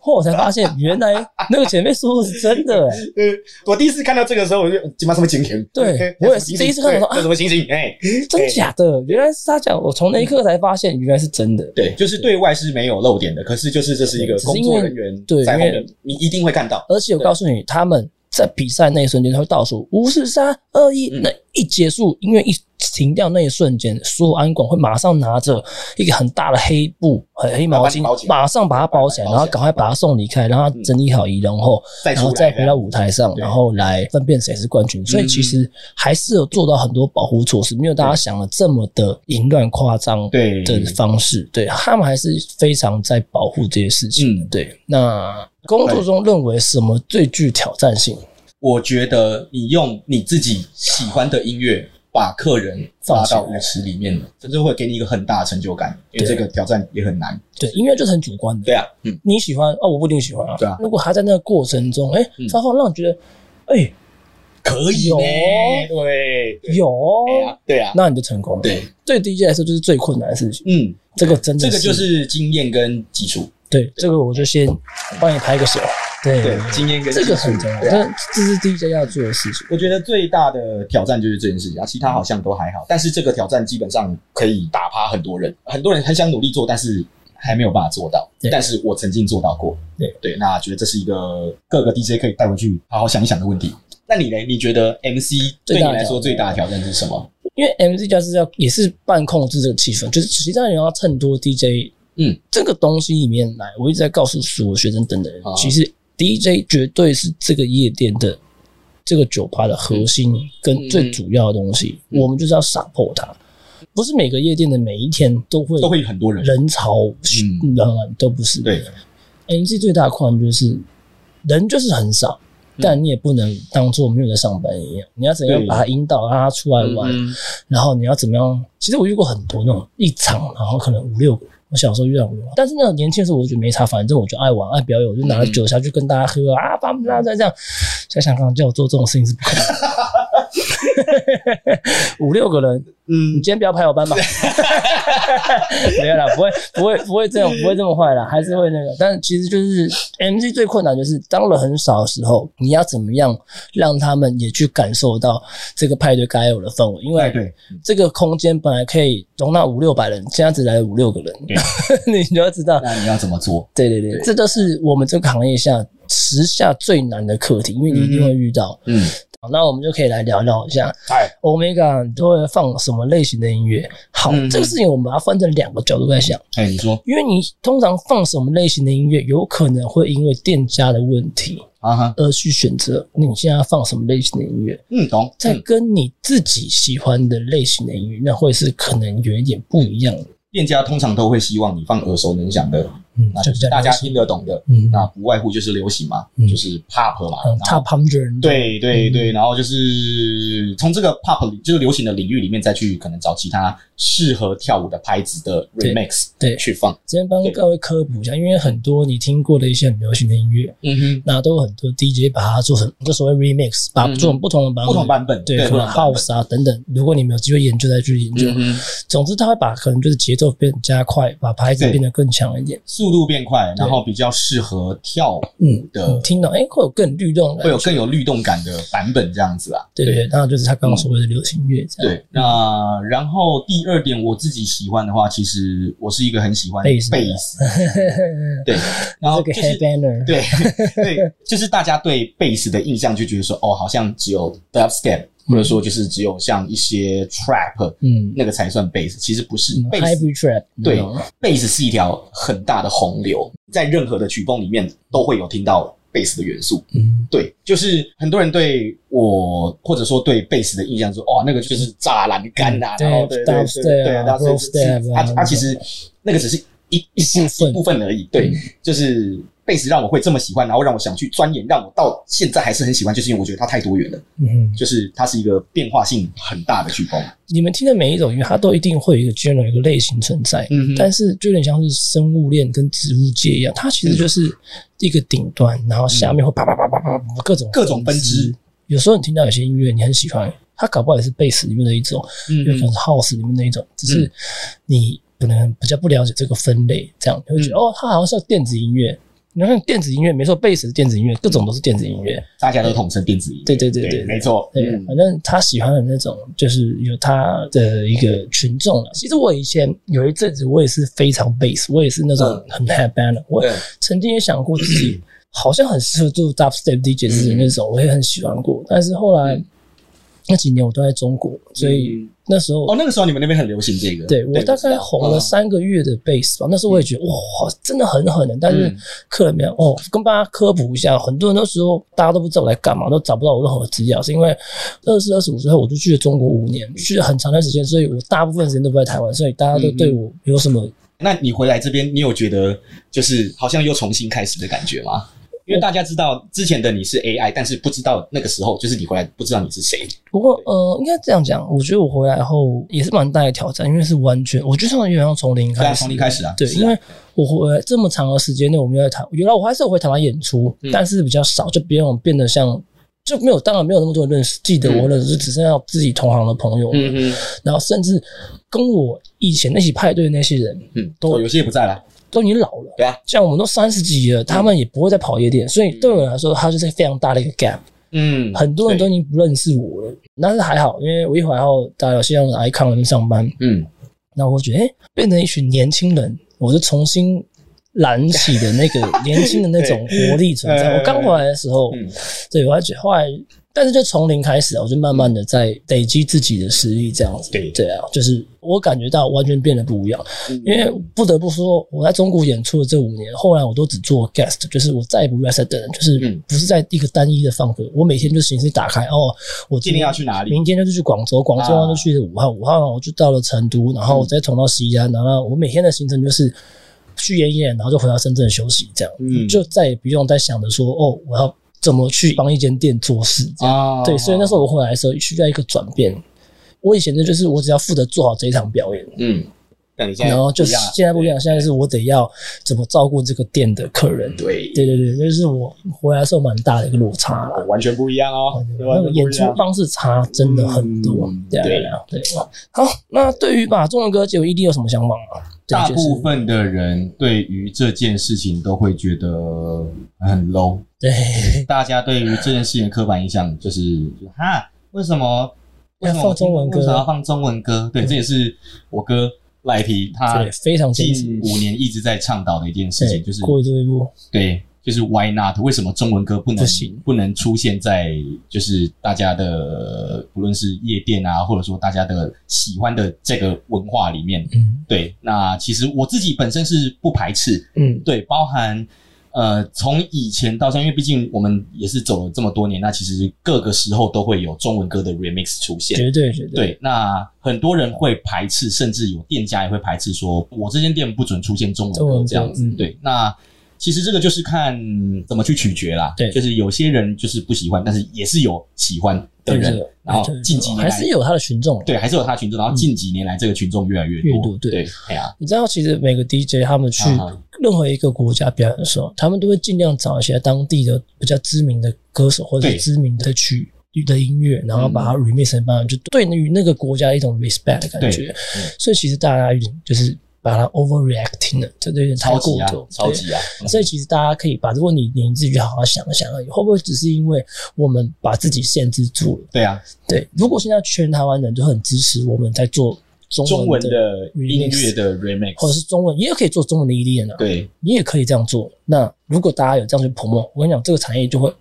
S3: 后来我才发现，原来那个前辈说的是真的哎、
S4: 呃，我第一次看到这个时候，我就他妈什么情形？
S3: 对
S4: 哎
S3: 我也是
S4: 什么情形
S3: 第一次看到
S4: 对这什么情形？哎，
S3: 真假的？原来是他讲，我从那一刻才发现，原来是真的。
S4: 对，就是对外是没有漏点的，可是就是这是一个
S3: 只是
S4: 工
S3: 因为
S4: 作人员
S3: 对
S4: 在后
S3: 因
S4: 面
S3: 为，
S4: 你一定会看到，
S3: 而且我告诉你，他们在比赛那一瞬间，他会倒数五、四、三、二、一，
S4: 嗯
S3: 那一结束，音乐一停掉那一瞬间，所有安管会马上拿着一个很大的黑布、很黑毛巾
S4: 嗯把它包起，来
S3: 马上把它包起来，
S4: 把它包起来嗯
S3: 然后赶快把它送离开，让它整理好仪容后，
S4: 再
S3: 然
S4: 出
S3: 后
S4: 来
S3: 再回
S4: 这
S3: 到
S4: 样
S3: 舞台上，
S4: 对嗯
S3: 然后来分辨谁是冠军。所以其实还是有做到很多保护措施，没有大家想的这么的淫乱夸张
S4: 对
S3: 的方式。对他们还是非常在保护这些事情。
S4: 嗯
S3: 对，那工作中认为什么最具挑战性？
S4: 我觉得你用你自己喜欢的音乐把客人拉到舞池里面，真正会给你一个很大的成就感，因为这个挑战也很难。
S3: 对，音乐就是很主观的。
S4: 对啊，嗯，
S3: 你喜欢哦，我不一定喜欢啊。
S4: 对啊
S3: 如果还在那个过程中，哎、
S4: 嗯
S3: 发放让你觉得，哎、
S4: 可以
S3: 有
S4: 呢，对，对
S3: 有，哦
S4: 啊，对啊，
S3: 那你就成功了。
S4: 对，
S3: 对 DJ 来说就是最困难的事情。
S4: 嗯，
S3: 这个真的
S4: 这个就是经验跟技术，
S3: 对，这个我就先帮你拍个手。对，
S4: 对，经验跟技
S3: 这
S4: 术
S3: 个很重要，
S4: 对啊
S3: 这这是 DJ 要做的事情。
S4: 我觉得最大的挑战就是这件事情，啊，其他好像都还好。但是这个挑战基本上可以打趴很多人，很多人很想努力做，但是还没有办法做到
S3: 对。
S4: 但是我曾经做到过。
S3: 对
S4: 对，那觉得这是一个各个 DJ 可以带回去好好想一想的问题。那你呢？你觉得 MC
S3: 最
S4: 对你
S3: 大的挑战
S4: 来说最大的挑战是什么？
S3: 因为 MC 就是要也是半控制这个气氛，就是实际上你要衬托 DJ，
S4: 嗯，
S3: 这个东西里面来，我一直在告诉所有学生等等人
S4: 啊，
S3: 其实 DJ 绝对是这个夜店的这个酒吧的核心跟最主要的东西，
S4: 嗯
S3: 我们就是要杀破它。不是每个夜店的每一天都会
S4: 都会很多人。
S3: 嗯人潮
S4: 嗯
S3: 乱乱，都不是。
S4: 对，
S3: MC 最大的困难就是人就是很少，但你也不能当做没有在上班一样，你要怎样
S4: 嗯对
S3: 把他引导，让他出来玩，
S4: 嗯
S3: 然后你要怎么样？其实我遇过很多那种一场，然后可能五六个。我小时候遇到过，但是那种年轻的时候，我就觉得没差，反正我就爱玩爱表演，我就拿着酒下去跟大家喝啊，啊巴拉巴拉这样。想想看，叫我做这种事情是不可能的。五六个人，你
S4: 嗯，
S3: 今天不要排我班吧？没有啦，不会，不会，不会这样，不会这么坏啦，还是会那个。但其实就是 MC 最困难就是，当人很少的时候，你要怎么样让他们也去感受到这个派对该有的氛围？因
S4: 对
S3: 为
S4: 哎对，
S3: 这个空间本来可以容纳五六百人，现在只来了五六个人， 你就要知道，
S4: 那你要怎么做？
S3: 对对对，这都是我们这个行业下时下最难的课题，因为你一定会遇到。
S4: 嗯，
S3: 好，那我们就可以来聊聊一下
S4: 哎，
S3: Omega 都会放什么类型的音乐？好，
S4: 嗯
S3: 这个事情我们把它分成两个角度在想，
S4: 哎，你说
S3: 因为你通常放什么类型的音乐，有可能会因为店家的问题
S4: 啊哈，
S3: 而去选择你现在要放什么类型的音乐，
S4: 嗯，懂。
S3: 再
S4: 嗯
S3: 跟你自己喜欢的类型的音乐，那会是可能有一点不一样的。
S4: 店家通常都会希望你放耳熟能详的，
S3: 嗯，
S4: 那
S3: 就比较
S4: 大家
S3: 流行
S4: 听得懂的。
S3: 嗯，
S4: 那不外乎就是流行嘛，
S3: 嗯
S4: 就是 pop 嘛，
S3: 嗯
S4: 然后
S3: ，Top Hundred
S4: 对对
S3: 嗯
S4: 对，然后就是从这个 pop 里就是流行的领域里面再去可能找其他适合跳舞的拍子的
S3: 对
S4: remix
S3: 对
S4: 去放。
S3: 这边帮
S4: 对
S3: 各位科普一下，因为很多你听过的一些很流行的音乐，
S4: 嗯
S3: 那都有很多 DJ 把它做成就所谓 remix，把
S4: 嗯
S3: 做成不同的版本，
S4: 哼，不同版本，
S3: 嗯对，可
S4: 不同
S3: 能
S4: 版本
S3: house 啊等等。如果你们有机会研究，再去研究
S4: 嗯。哼，
S3: 总之，它会把可能就是节奏变得加快，把拍子
S4: 对
S3: 变得更强一点。
S4: 速度变快，然后比较适合跳舞，
S3: 嗯，
S4: 的
S3: 你听到哎，会有更律动的
S4: 会
S3: 感
S4: 有
S3: 觉。
S4: 更有律动感的版本这样子啊。
S3: 对对，那就是他刚刚所谓的流行乐这样。
S4: 对，那然后第二点，我自己喜欢的话，其实我是一个很喜欢
S3: 贝斯
S4: 贝斯，对，然 后
S3: 这
S4: 就
S3: 个
S4: 是
S3: headbanger，
S4: 对对，就是大家对贝斯的印象就觉得说，哦，好像只有 dubstep，或者说就是只有像一些 trap
S3: 嗯
S4: 那个才算贝斯，其实不是
S3: 嗯
S4: 贝斯。
S3: ，hybrid trap，
S4: 对
S3: 嗯，
S4: 贝斯是一条很大的洪流，在任何的曲风里面都会有听到贝斯的元素。
S3: 嗯
S4: 对，就是很多人对我或者说对贝斯的印象说，哦，那个就是栅栏杆啊，
S3: 嗯
S4: 然后
S3: 对
S4: 对对对
S3: dubstep 啊
S4: 对对啊，然后是
S3: rockstep 啊
S4: 它它其实那个只是一一小
S3: 部分
S4: 一部分而已。
S3: 嗯
S4: 对，就是贝斯让我会这么喜欢，然后让我想去钻研，让我到现在还是很喜欢，就是因为我觉得它太多元了，
S3: 嗯哼，
S4: 就是它是一个变化性很大的曲风。
S3: 你们听的每一种音乐，它都一定会有一个 genre 有一个类型存在，
S4: 嗯哼
S3: 但是就有点像是生物链跟植物界一样，它其实就是一个顶端，然后下面会啪啪啪啪啪啪各种
S4: 嗯各种分支。
S3: 有时候你听到有些音乐你很喜欢，它搞不好也是贝斯里面的一种，
S4: 嗯
S3: 有可能是 house 里面的一种，只是你可能比较不了解这个分类，这样你
S4: 嗯
S3: 会觉得、哦，它好像是电子音乐。你看电子音乐，没错，贝斯是电子音乐，各种都是电子音乐。
S4: 大家都统称电子音乐，
S3: 对对对对
S4: 对，没错，
S3: 对，
S4: 嗯
S3: 反正他喜欢的那种，就是有他的一个群众了。其实我以前有一阵子，我也是非常 bass，我也是那种
S4: 嗯
S3: 很 headband 的。我
S4: 对
S3: 曾经也想过自己好像很适合做
S4: 嗯
S3: dubstep DJ 之类的那种，我也很喜欢过。但是后来那几年我都在中国，所以
S4: 嗯
S3: 那时候
S4: 哦，那个时候你们那边很流行这个，
S3: 对我大概
S4: 知道
S3: 红了
S4: 嗯
S3: 三个月的贝斯吧，那时候我也觉得哇，真的很狠的。但是
S4: 嗯
S3: 客人没有哦，跟大家科普一下，很多人那时候大家都不知道我在干嘛，都找不到我任何资料，是因为二十二十五岁后我就去了中国五年，去了很长段时间，所以我大部分时间都不在台湾，所以大家都
S4: 嗯哼
S3: 对我有什么
S4: 那你回来这边，你有觉得就是好像又重新开始的感觉吗？因为大家知道之前的你是 AI，但是不知道那个时候就是你回来不知道你是谁。
S3: 不过呃，应该这样讲，我觉得我回来后也是蛮大的挑战，因为是完全，我就像有点要从零开始，
S4: 对啊从零开始啊
S3: 对，
S4: 是啊
S3: 因为我回来这么长的时间内，我没有在台，原来我还是有回台湾演出，
S4: 嗯
S3: 但是比较少，就不用变得像。就没有，当然没有那么多人认识，记得我认识，就只剩下自己同行的朋友，
S4: 嗯
S3: 然后甚至跟我以前那起派对的那些人
S4: 嗯，都有些也不在了。
S3: 都已经老了，
S4: 对啊，
S3: 像我们都三十几了，
S4: 嗯
S3: 他们也不会再跑夜店，所以对我来说，它就是非常大的一个 gap。
S4: 嗯
S3: 很多人都已经不认识我了，但是还好，因为我一会儿后大家有些让 icon 那边上班，
S4: 嗯，
S3: 那我觉得，哎、变成一群年轻人，我就重新燃起的那 个年轻的那种活力存在。
S4: 嗯
S3: 我刚回来的时候，
S4: 嗯
S3: 对我还觉得后来，但是就从零开始啊，我就慢慢的在累积自己的实力，这样子。
S4: 对
S3: 对啊，就是我感觉到完全变得不一样，
S4: 嗯
S3: 因为不得不说，我在中国演出的这五年，后来我都只做 guest，就是我再也不 resident，就是
S4: 嗯
S3: 不是在一个单一的放歌，我每天就行程打开哦，我今
S4: 今
S3: 天
S4: 天要去哪里？啊
S3: 明天就是去广州，广州就去武汉，武汉我就到了成都，然
S4: 嗯
S3: 后我再从到西安，然后我每天的行程就是去演演，然后就回到深圳休息，这样，
S4: 嗯
S3: 就再也不用再想着说哦，我要怎么去帮一间店做事这样。
S4: 啊
S3: 对，所以那时候我回来的时候需要一个转变。我以前的就是我只要负责做好这一场表演，
S4: 嗯，那你现在
S3: 然后就
S4: 不一样啊
S3: 现在不一样，现在是我得要怎么照顾这个店的客人。
S4: 啊对，
S3: 对对对，这是我回来的时候蛮大的一个落差啦。
S4: 完全不一样哦，对吧
S3: 那个演出方式差真的很多
S4: 嗯，
S3: 对啊
S4: 对
S3: 对啊对啊。好，那对于把中文歌结果 ED 有什么想法吗？对
S5: 大
S3: 就是
S5: 部分的人对于这件事情都会觉得很 low，
S3: 对，
S5: 大家对于这件事情的刻板印象就是就是哈，为什么为什么
S3: 要放中文歌嗯
S5: 为什么要放中文歌？对，这也是我哥赖皮他
S3: 对，非常坚持。
S5: 近五年一直在倡导的一件事
S3: 对
S5: 情，，嗯就是
S3: 过这一步，
S5: 对，就是 Why not？为什么中文歌不能
S3: 不行
S5: 不能出现在就是大家的不论是夜店啊，或者说大家的喜欢的这个文化里面？
S3: 嗯
S5: 对，那其实我自己本身是不排斥，
S3: 嗯
S5: 对，包含呃，从以前到现在，因为毕竟我们也是走了这么多年，那其实各个时候都会有中文歌的 remix 出现。
S3: 绝对绝对，
S5: 对，那很多人会排斥，甚至有店家也会排斥说，我这间店不准出现中文
S3: 中文
S5: 歌
S3: 歌
S5: 这样子。
S3: 嗯
S5: 对，那其实这个就是看怎么去取决啦。
S3: 对
S5: 就是有些人就是不喜欢，但是也是有喜欢的
S3: 对
S5: 人，
S3: 对
S5: 然后
S3: 对对
S5: 近几年
S3: 还
S5: 来
S3: 是有他的群众。啊
S5: 对，还是有他的群众，然后近几年来这个群众越来越多，
S3: 嗯越多对
S5: 对，哎呀、
S3: 你知道，其实每个 DJ 他们去
S5: 啊哈
S3: 任何一个国家表演的时候，他们都会尽量找一些当地的比较知名的歌手或者是
S5: 对嗯
S3: 知名的曲的音乐，然后把它 remix 成版，就对于那个国家一种 respect 的感
S5: 对。
S3: 觉
S5: 嗯
S3: 所以其实大家有点就是把它 overreacting 了，这有点太
S5: 超
S3: 过
S5: 级啊
S3: 头，，
S5: 超
S3: 对
S5: 级啊，嗯
S3: 所以其实大家可以把，如果你你自己去好好想一想而已，会不会只是因为我们把自己限制住了？
S5: 对啊，
S3: 对，如果现在全台湾人都很支持我们在做中
S5: 中文
S3: 的，
S5: 的音乐的 remix，
S3: 或者是中文，也可以做中文的 EDM 啊，
S5: 对
S3: 你也可以这样做。那如果大家有这样去 promote，我跟你讲，这个产业就会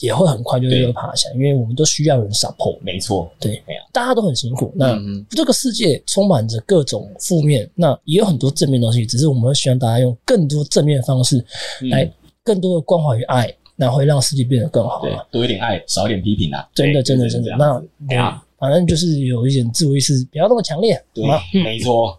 S3: 也会很快就会
S5: 对
S3: 爬起来，因为我们都需要人 support。
S5: 没错，
S3: 对
S5: 哎呀，
S3: 大家都很辛苦。那
S5: 嗯嗯
S3: 这个世界充满着各种负面，那也有很多
S4: 嗯
S3: 正面的东西，只是我们会希望大家用更多正面的方式来更多的关怀与爱那会让世界变得更好
S4: 对
S3: 嘛。，
S4: 多一点爱，少一点批评啊！
S3: 真的，
S4: 对
S3: 真的，
S4: 就是
S3: 真
S4: 这
S3: 的。
S4: 样
S3: 那
S4: 哎呀
S3: 反正就是有一点自我意识，不要那么强烈。好吗
S4: 对， 没错，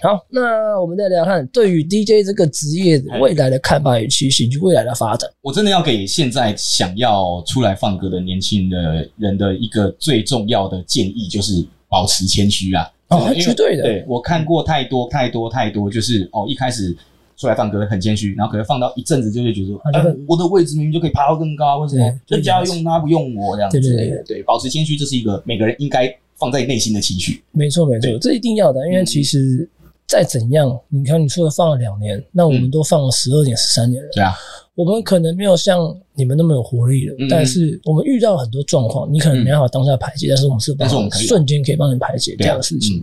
S3: 好，那我们再聊看对
S4: 嗯
S3: 于 DJ 这个职业
S4: 哎
S3: 未来的看法与期许，以及未来的发展。
S4: 我真的要给现在想要出来放歌的年轻的人的一个最重要的建议，就是保持谦虚啊！
S3: 哦
S4: 真的因为
S3: 绝对的
S4: 对我看过太多太多太多，就是哦，一开始出来放歌很谦虚，然后可能放到一阵子就会觉得说，
S3: 啊就会
S4: 呃我的位置明明就可以爬到更高，为什么
S3: 对
S4: 人家要用他不用我这样
S3: 对
S4: 子？
S3: 对对
S4: 对对，保持谦虚，这是一个每个人应该放在内心的情绪。
S3: 没错，没错，这一定要的，因
S4: 嗯
S3: 为其实再怎样，你看你说的放了两年，那我
S4: 嗯
S3: 们都放了十二年、十三年了。
S4: 对啊，
S3: 我们可能没有像你们那么有活力了，
S4: 嗯
S3: 但是我们遇到很多状况，你可能没办法当下排解，但是我们是
S4: 但是我们可以
S3: 瞬间可以帮你排解这
S4: 对
S3: 样
S4: 啊
S3: 的事情
S4: 嗯。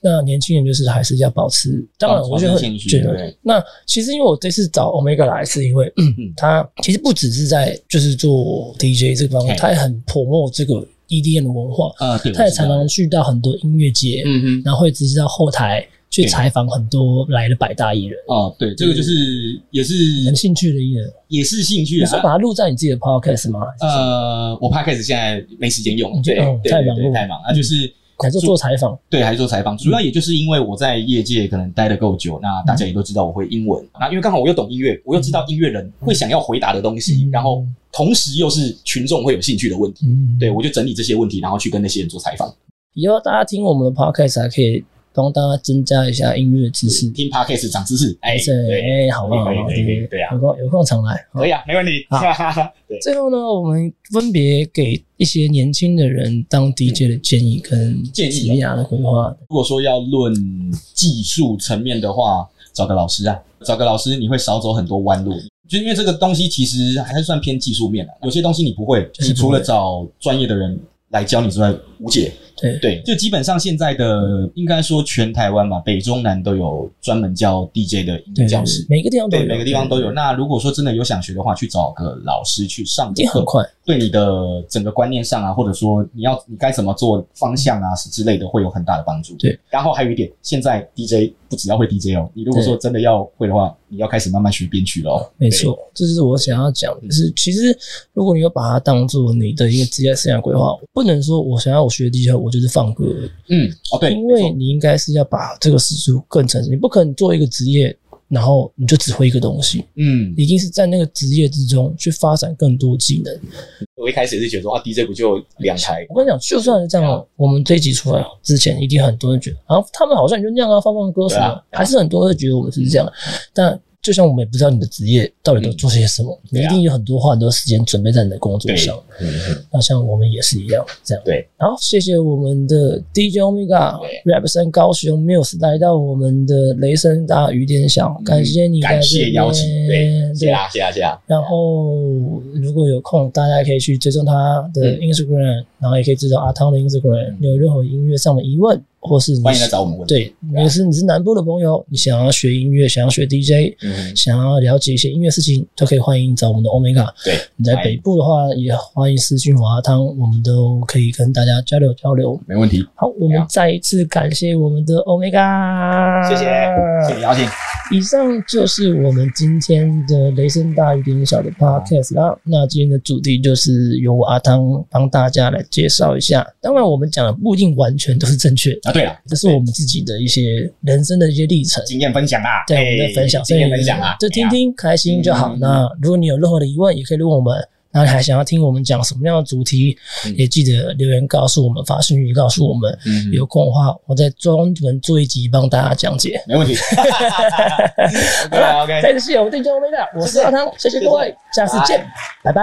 S3: 那年轻人就是还是要保持，当然
S4: 保
S3: 我觉得
S4: 保持
S3: 很
S4: 谦虚
S3: 觉得
S4: 对
S3: 那其实因为我这次找 Omega 来是因为，嗯 他其实不只是在就是做 DJ 这方面，
S4: 嘿
S3: 他也很 promote 这个 EDM 的文化，
S4: 呃，对，
S3: 他也
S4: 我知道
S3: 常常去到很多音乐节，
S4: 嗯哼。
S3: 然后会直接到后台去
S4: 对
S3: 采访很多来的百大艺人，
S4: 哦，对，这个就是也是
S3: 感兴趣的艺人，
S4: 也是兴趣
S3: 你
S4: 啊
S3: 说。把它录在你自己的 podcast 吗？
S4: 呃，我 podcast 现在没时间用
S3: 嗯，
S4: 对
S3: 嗯，
S4: 对
S3: 太
S4: 对
S3: 忙
S4: 对
S3: 碌
S4: 太忙啊，就是
S3: 还是做采访？
S4: 对，还是做采访，主
S3: 嗯
S4: 要也就是因为我在业界可能待得够久，那大家也都知道我会英文，那因为刚好我又懂音乐，我又知道音乐人会想要回答的东西
S3: 嗯，
S4: 然后同时又是群众会有兴趣的问题，
S3: 嗯，
S4: 对我就整理这些问题，然后去跟那些人做采访。
S3: 以后大家听我们的 podcast 还可以帮大家增加一下音乐知识。
S4: 听 podcast 长知识，哎，对，
S3: 对，哎，好不好？
S4: 可以
S3: 好不好
S4: 可以可以对啊
S3: 有空有空常来。好
S4: 可以啊，没问题。
S3: 好
S4: 哈哈哈， 对，
S3: 最后呢，我们分别给一些年轻的人当 DJ 的建议跟
S4: 建议啊
S3: 职业的规划。
S4: 如果说要论技术层面的话，找个老师啊，找个老师，你会少走很多弯路。就因为这个东西其实还是算偏技术面的、啊有些东西你不会，
S3: 是不会
S4: 你除了找专业的人来教你之外，无解。
S3: 对，
S4: 对，就基本上现在的应该说全台湾吧，北中南都有专门教 DJ 的音乐
S3: 对，
S4: 教室，
S3: 每个地方都
S4: 对
S3: 有，
S4: 每个地方都有。
S3: 对
S4: 那如果说真的有想学的话，去找个老师去上
S3: 一定
S4: 课
S3: 很，快。
S4: 对你的整个观念上啊，或者说你要你该怎么做方向啊之类的，会有很大的帮助。
S3: 对，
S4: 然后还有一点，现在 DJ 不只要会 DJ 哦，你如果说真的要会的话，你要开始慢慢学编曲了哦。
S3: 没错，这是我想要讲的。
S4: 嗯
S3: 就是其实，如果你有把它当做你的一个职业生涯规划，不能说我想要我学 DJ，我就是放歌，
S4: 对，嗯，哦对，
S3: 因
S4: 没
S3: 为
S4: 错
S3: 你应该是要把这个事出更成熟。你不可能做一个职业，然后你就只会一个东西，
S4: 嗯，
S3: 你一定是在那个职业之中去发展更多技能。
S4: 我一开始也是觉得说啊，DJ 不就两台
S3: 我跟你讲，就算是这样哦，我们这一集出来之前，一定很多人觉得，然后他们好像就那样啊，放放歌什
S4: 对
S3: 么
S4: 啊
S3: 的，还是很多人觉得我们是这样。但就像我们也不知道你的职业到底都做些什么，你
S4: 对啊
S3: 一定有很多花很多时间准备在你的工作上。
S4: 嗯嗯
S3: 那像我们也是一样，这样。
S4: 对。
S3: 好，谢谢我们的 DJ Omega
S4: 对
S3: Rap 三高雄 Muse 来到我们的雷声大雨点小，感谢你，
S4: 嗯感谢邀请，对，
S3: 对
S4: 谢谢啊，谢谢啊，谢谢啊，
S3: 然后如果有空，大家可以去追踪他的
S4: 嗯
S3: Instagram，、然后也可以追踪阿汤的 Instagram。你有任何音乐上的疑问，或是你
S4: 欢迎来找我们问。，啊
S3: 对，你是你是南部的朋友，你想要学音乐，想要学 DJ，、
S4: 嗯，
S3: 想要了解一些音乐事情，都可以欢迎找我们的 Omega。
S4: 对，
S3: 你在
S4: 欢
S3: 北
S4: 迎
S3: 部的话，也欢迎私讯我阿汤，我们都可以跟大家交流交流。
S4: 没问题，
S3: 好，我们
S4: 好
S3: 再一次感谢我们的 Omega，
S4: 谢谢，谢谢邀请，啊
S3: 以上就是我们今天的雷声大雨点小的 podcast 啦。那今天的主题就是由我阿汤帮大家来介绍一下。当然，我们讲的不一定完全都是正确，
S4: 啊，对了，
S3: 这是我们自己的一些人生的一些历程。
S4: 经验分享啊，
S3: 对，我
S4: 哎
S3: 们在分享，
S4: 经验分享啊，
S3: 就听
S4: 哎呀，
S3: 听开心就好。
S4: 嗯
S3: 那如果你有任何的疑问，也可以问我们。那你还想要听我们讲什么样的主题，
S4: 嗯
S3: 也记得留言告诉我们，发讯息告诉我们。
S4: 嗯
S3: 有空的话，我再专门做一集帮大家讲解。
S4: 没 问题 ，OK 啊 OK。
S3: 再次谢谢我们对焦微的，我是阿汤，谢谢各位，下次见，拜拜。